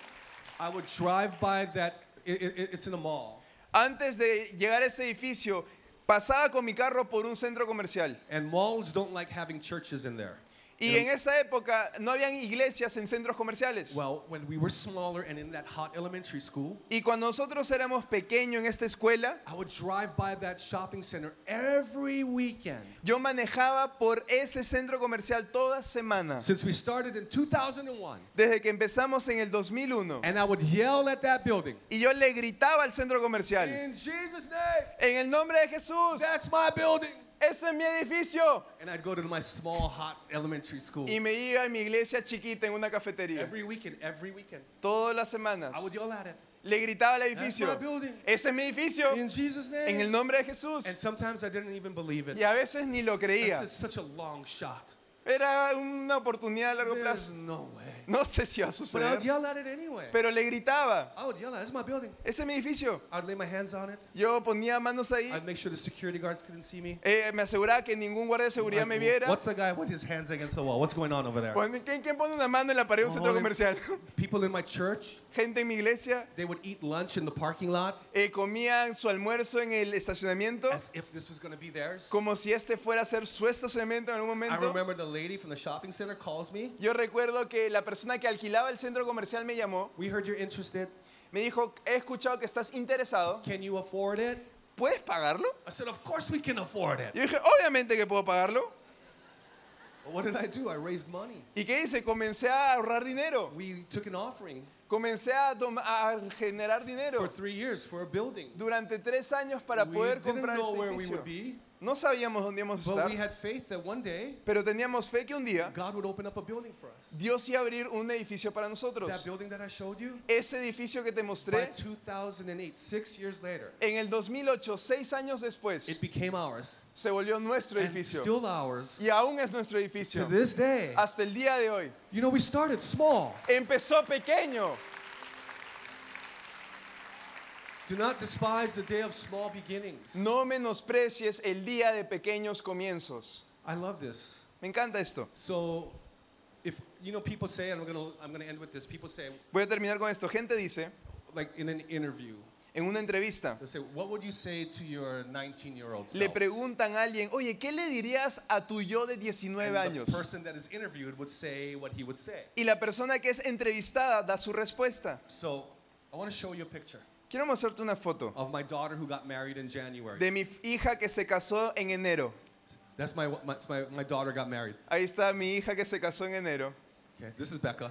[SPEAKER 2] I would drive by that. It, it, it's in a mall,
[SPEAKER 3] antes de llegar a ese edificio, pasaba con mi carro por un centro comercial.
[SPEAKER 2] and malls don't like having churches in there.
[SPEAKER 3] Y en esa época no habían iglesias en centros comerciales.
[SPEAKER 2] Well, when we were smaller and in that hot elementary school,
[SPEAKER 3] Y cuando nosotros éramos pequeños en esta escuela,
[SPEAKER 2] I would drive by that shopping center every weekend.
[SPEAKER 3] yo manejaba por ese centro comercial toda semana.
[SPEAKER 2] Since we started in 2001,
[SPEAKER 3] Desde que empezamos en el 2001.
[SPEAKER 2] and I would yell at that building,
[SPEAKER 3] Y yo le gritaba al centro comercial,
[SPEAKER 2] in Jesus' name,
[SPEAKER 3] en el nombre de Jesús,
[SPEAKER 2] that's my building.
[SPEAKER 3] ese es mi edificio.
[SPEAKER 2] And I'd go to my small, hot elementary school.
[SPEAKER 3] Y me iba a mi iglesia chiquita en una cafetería.
[SPEAKER 2] Every weekend, every weekend,
[SPEAKER 3] Todas las semanas.
[SPEAKER 2] I would yell at it.
[SPEAKER 3] Le gritaba al
[SPEAKER 2] my
[SPEAKER 3] edificio.
[SPEAKER 2] building.
[SPEAKER 3] Ese es mi edificio.
[SPEAKER 2] In Jesus' name.
[SPEAKER 3] En el nombre de Jesús.
[SPEAKER 2] and sometimes I didn't even believe it.
[SPEAKER 3] Y a veces ni lo creía.
[SPEAKER 2] This is such a long shot.
[SPEAKER 3] Era una oportunidad a largo
[SPEAKER 2] There's
[SPEAKER 3] plazo.
[SPEAKER 2] no way.
[SPEAKER 3] No sé si va a
[SPEAKER 2] But I
[SPEAKER 3] suceder.
[SPEAKER 2] would yell at it anyway.
[SPEAKER 3] Pero le gritaba,
[SPEAKER 2] I would yell at it. It's my building.
[SPEAKER 3] ese es mi edificio.
[SPEAKER 2] I'd lay my hands on it.
[SPEAKER 3] Yo ponía manos ahí,
[SPEAKER 2] I'd make sure the security guards couldn't see me.
[SPEAKER 3] eh, me aseguraba que ningún guardia de seguridad me
[SPEAKER 2] Like,
[SPEAKER 3] viera.
[SPEAKER 2] What's the guy with his hands against the wall? What's going on over there?
[SPEAKER 3] Pon- ¿Quién, quién pone una mano en la pared de un centro
[SPEAKER 2] Oye.
[SPEAKER 3] comercial? [laughs]
[SPEAKER 2] People in my church,
[SPEAKER 3] Gente en mi iglesia
[SPEAKER 2] they would eat lunch in the parking lot
[SPEAKER 3] eh, comían su almuerzo en el estacionamiento
[SPEAKER 2] as if this was going to be theirs.
[SPEAKER 3] como si este fuera a ser su estacionamiento en algún
[SPEAKER 2] I
[SPEAKER 3] momento.
[SPEAKER 2] remember the lady from the shopping center calls me.
[SPEAKER 3] Yo recuerdo que la persona que alquilaba el centro comercial me llamó,
[SPEAKER 2] We heard you're interested.
[SPEAKER 3] me dijo, he escuchado que estás interesado,
[SPEAKER 2] Can you afford it?
[SPEAKER 3] ¿puedes pagarlo?
[SPEAKER 2] I said, Of course we can afford it.
[SPEAKER 3] Yo dije, obviamente que puedo pagarlo.
[SPEAKER 2] But what did I do? I raised money.
[SPEAKER 3] ¿Y qué hice? Comencé a ahorrar dinero,
[SPEAKER 2] We took an offering
[SPEAKER 3] comencé a, toma- a generar
[SPEAKER 2] for
[SPEAKER 3] dinero
[SPEAKER 2] three years for a building.
[SPEAKER 3] durante tres años para
[SPEAKER 2] we
[SPEAKER 3] poder
[SPEAKER 2] didn't
[SPEAKER 3] comprar
[SPEAKER 2] know
[SPEAKER 3] este
[SPEAKER 2] where we would
[SPEAKER 3] edificio.
[SPEAKER 2] be,
[SPEAKER 3] No sabíamos dónde íbamos a
[SPEAKER 2] but we
[SPEAKER 3] estar,
[SPEAKER 2] had faith that one day
[SPEAKER 3] pero teníamos fe que un día
[SPEAKER 2] God would open up a building for us.
[SPEAKER 3] Dios iba a abrir un edificio para
[SPEAKER 2] That
[SPEAKER 3] nosotros.
[SPEAKER 2] building that I showed you,
[SPEAKER 3] Ese edificio que te
[SPEAKER 2] by
[SPEAKER 3] mostré
[SPEAKER 2] 2008, six years later,
[SPEAKER 3] En el 2008, seis años después,
[SPEAKER 2] it became ours.
[SPEAKER 3] se volvió nuestro
[SPEAKER 2] And
[SPEAKER 3] edificio.
[SPEAKER 2] still ours
[SPEAKER 3] Y aún es nuestro
[SPEAKER 2] to
[SPEAKER 3] edificio.
[SPEAKER 2] this day.
[SPEAKER 3] Hasta el día de hoy.
[SPEAKER 2] You know, we started small.
[SPEAKER 3] Empezó pequeño.
[SPEAKER 2] Do not despise the day of small beginnings.
[SPEAKER 3] No menosprecies el día de pequeños comienzos.
[SPEAKER 2] I love this.
[SPEAKER 3] Me encanta esto.
[SPEAKER 2] So, if you know, people say, and I'm gonna, I'm gonna end with this. People say,
[SPEAKER 3] Voy a terminar con esto. Gente dice,
[SPEAKER 2] like in an interview,
[SPEAKER 3] en una entrevista,
[SPEAKER 2] they say, "What would you say to your 19-year-old
[SPEAKER 3] le
[SPEAKER 2] self?"
[SPEAKER 3] preguntan a alguien, oye, ¿qué le dirías a tu yo de 19
[SPEAKER 2] And the
[SPEAKER 3] años?
[SPEAKER 2] person that is interviewed would say what he would say.
[SPEAKER 3] Y la persona que es entrevistada da su respuesta.
[SPEAKER 2] So, I want to show you a picture
[SPEAKER 3] Quiero mostrarte una foto
[SPEAKER 2] of my daughter who got married in January.
[SPEAKER 3] de mi hija que se casó en enero.
[SPEAKER 2] That's my, my, that's my, my daughter got married.
[SPEAKER 3] Ahí está mi hija que se casó en enero.
[SPEAKER 2] Okay, this is Becca.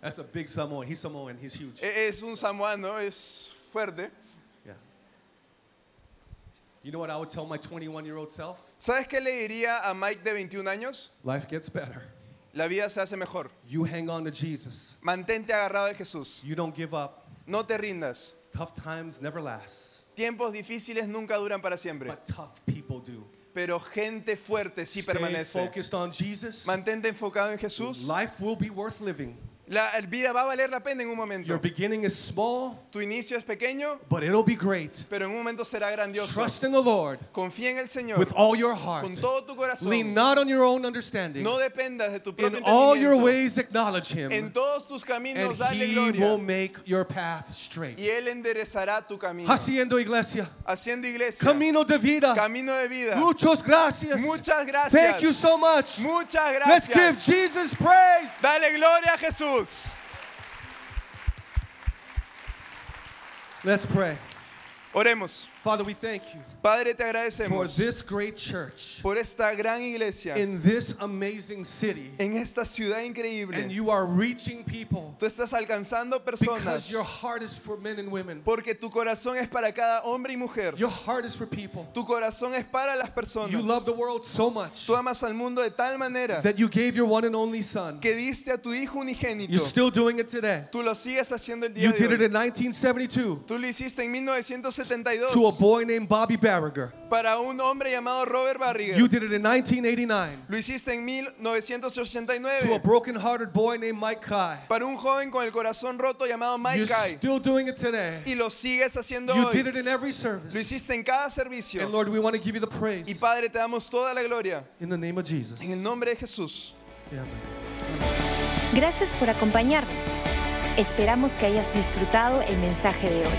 [SPEAKER 2] That's a big Samoan. He's Samoan. He's huge.
[SPEAKER 3] E- Es un samoano, es fuerte.
[SPEAKER 2] Yeah. You know what I would tell my 21-year-old self?
[SPEAKER 3] ¿Sabes qué le diría a Mike de 21 años?
[SPEAKER 2] Life gets better.
[SPEAKER 3] La vida se hace mejor.
[SPEAKER 2] You hang on to Jesus.
[SPEAKER 3] Mantente agarrado de Jesús.
[SPEAKER 2] You don't give up.
[SPEAKER 3] No te rindas.
[SPEAKER 2] Tough times never last,
[SPEAKER 3] Tiempos difíciles nunca duran para siempre,
[SPEAKER 2] but tough people do.
[SPEAKER 3] pero gente fuerte sí
[SPEAKER 2] Stay
[SPEAKER 3] permanece.
[SPEAKER 2] focused on Jesus.
[SPEAKER 3] Mantente enfocado en Jesús.
[SPEAKER 2] Life will be worth living.
[SPEAKER 3] La vida va a valer la pena en un
[SPEAKER 2] Your
[SPEAKER 3] momento.
[SPEAKER 2] beginning is small,
[SPEAKER 3] Tu inicio es pequeño,
[SPEAKER 2] but it'll be great.
[SPEAKER 3] pero en un momento será grandioso.
[SPEAKER 2] Trust in the Lord
[SPEAKER 3] Confía en el Señor
[SPEAKER 2] with all your
[SPEAKER 3] con
[SPEAKER 2] heart.
[SPEAKER 3] todo tu
[SPEAKER 2] Lean
[SPEAKER 3] corazón.
[SPEAKER 2] not on your own understanding.
[SPEAKER 3] No dependas de tu propio
[SPEAKER 2] In all your
[SPEAKER 3] entendimiento.
[SPEAKER 2] ways acknowledge
[SPEAKER 3] En
[SPEAKER 2] him,
[SPEAKER 3] todos tus
[SPEAKER 2] and
[SPEAKER 3] caminos dale
[SPEAKER 2] he will
[SPEAKER 3] gloria.
[SPEAKER 2] make your path straight.
[SPEAKER 3] y Él enderezará tu camino.
[SPEAKER 2] Haciendo iglesia,
[SPEAKER 3] Haciendo iglesia.
[SPEAKER 2] camino de vida.
[SPEAKER 3] Camino de vida.
[SPEAKER 2] Muchos gracias.
[SPEAKER 3] Muchas gracias.
[SPEAKER 2] Thank you so much.
[SPEAKER 3] Muchas
[SPEAKER 2] Let's
[SPEAKER 3] gracias.
[SPEAKER 2] give Jesus praise.
[SPEAKER 3] Dale gloria a Jesús.
[SPEAKER 2] Let's pray.
[SPEAKER 3] Oremos.
[SPEAKER 2] Father, we thank you
[SPEAKER 3] Padre, te
[SPEAKER 2] for
[SPEAKER 3] agradecemos
[SPEAKER 2] this great church
[SPEAKER 3] por esta gran iglesia
[SPEAKER 2] in this amazing city.
[SPEAKER 3] en esta ciudad
[SPEAKER 2] And
[SPEAKER 3] increíble.
[SPEAKER 2] you are reaching people
[SPEAKER 3] Tú estás alcanzando
[SPEAKER 2] because
[SPEAKER 3] personas
[SPEAKER 2] your heart is for men and women.
[SPEAKER 3] porque tu corazón es para cada hombre y mujer.
[SPEAKER 2] Your heart is for people.
[SPEAKER 3] Tu corazón es para las
[SPEAKER 2] You love
[SPEAKER 3] personas.
[SPEAKER 2] the world so much
[SPEAKER 3] Tú amas al mundo de tal manera
[SPEAKER 2] that you gave your one and only son.
[SPEAKER 3] que diste a tu hijo
[SPEAKER 2] You're
[SPEAKER 3] unigénito.
[SPEAKER 2] still doing it today.
[SPEAKER 3] Tú lo sigues haciendo el día
[SPEAKER 2] You
[SPEAKER 3] de
[SPEAKER 2] did it
[SPEAKER 3] hoy.
[SPEAKER 2] in 1972
[SPEAKER 3] Tú lo hiciste en
[SPEAKER 2] to a
[SPEAKER 3] 1972
[SPEAKER 2] boy named Bobby Barriger.
[SPEAKER 3] para un hombre llamado Robert Barriger.
[SPEAKER 2] You did it in 1989
[SPEAKER 3] Lo hiciste en
[SPEAKER 2] to a
[SPEAKER 3] 1989
[SPEAKER 2] broken-hearted boy named Mike Kai.
[SPEAKER 3] para un joven con el corazón roto llamado Mike
[SPEAKER 2] You're
[SPEAKER 3] Guy.
[SPEAKER 2] still doing it today.
[SPEAKER 3] Y lo sigues haciendo
[SPEAKER 2] You did
[SPEAKER 3] hoy.
[SPEAKER 2] it in every
[SPEAKER 3] Lo
[SPEAKER 2] service.
[SPEAKER 3] hiciste en cada
[SPEAKER 2] And
[SPEAKER 3] servicio.
[SPEAKER 2] Lord, we want to give you the
[SPEAKER 3] Y
[SPEAKER 2] praise
[SPEAKER 3] Padre, te damos toda la gloria.
[SPEAKER 2] in the name of Jesus.
[SPEAKER 3] En el nombre de Jesús.
[SPEAKER 2] Amen.
[SPEAKER 1] Gracias por acompañarnos. Esperamos que hayas disfrutado el mensaje de hoy.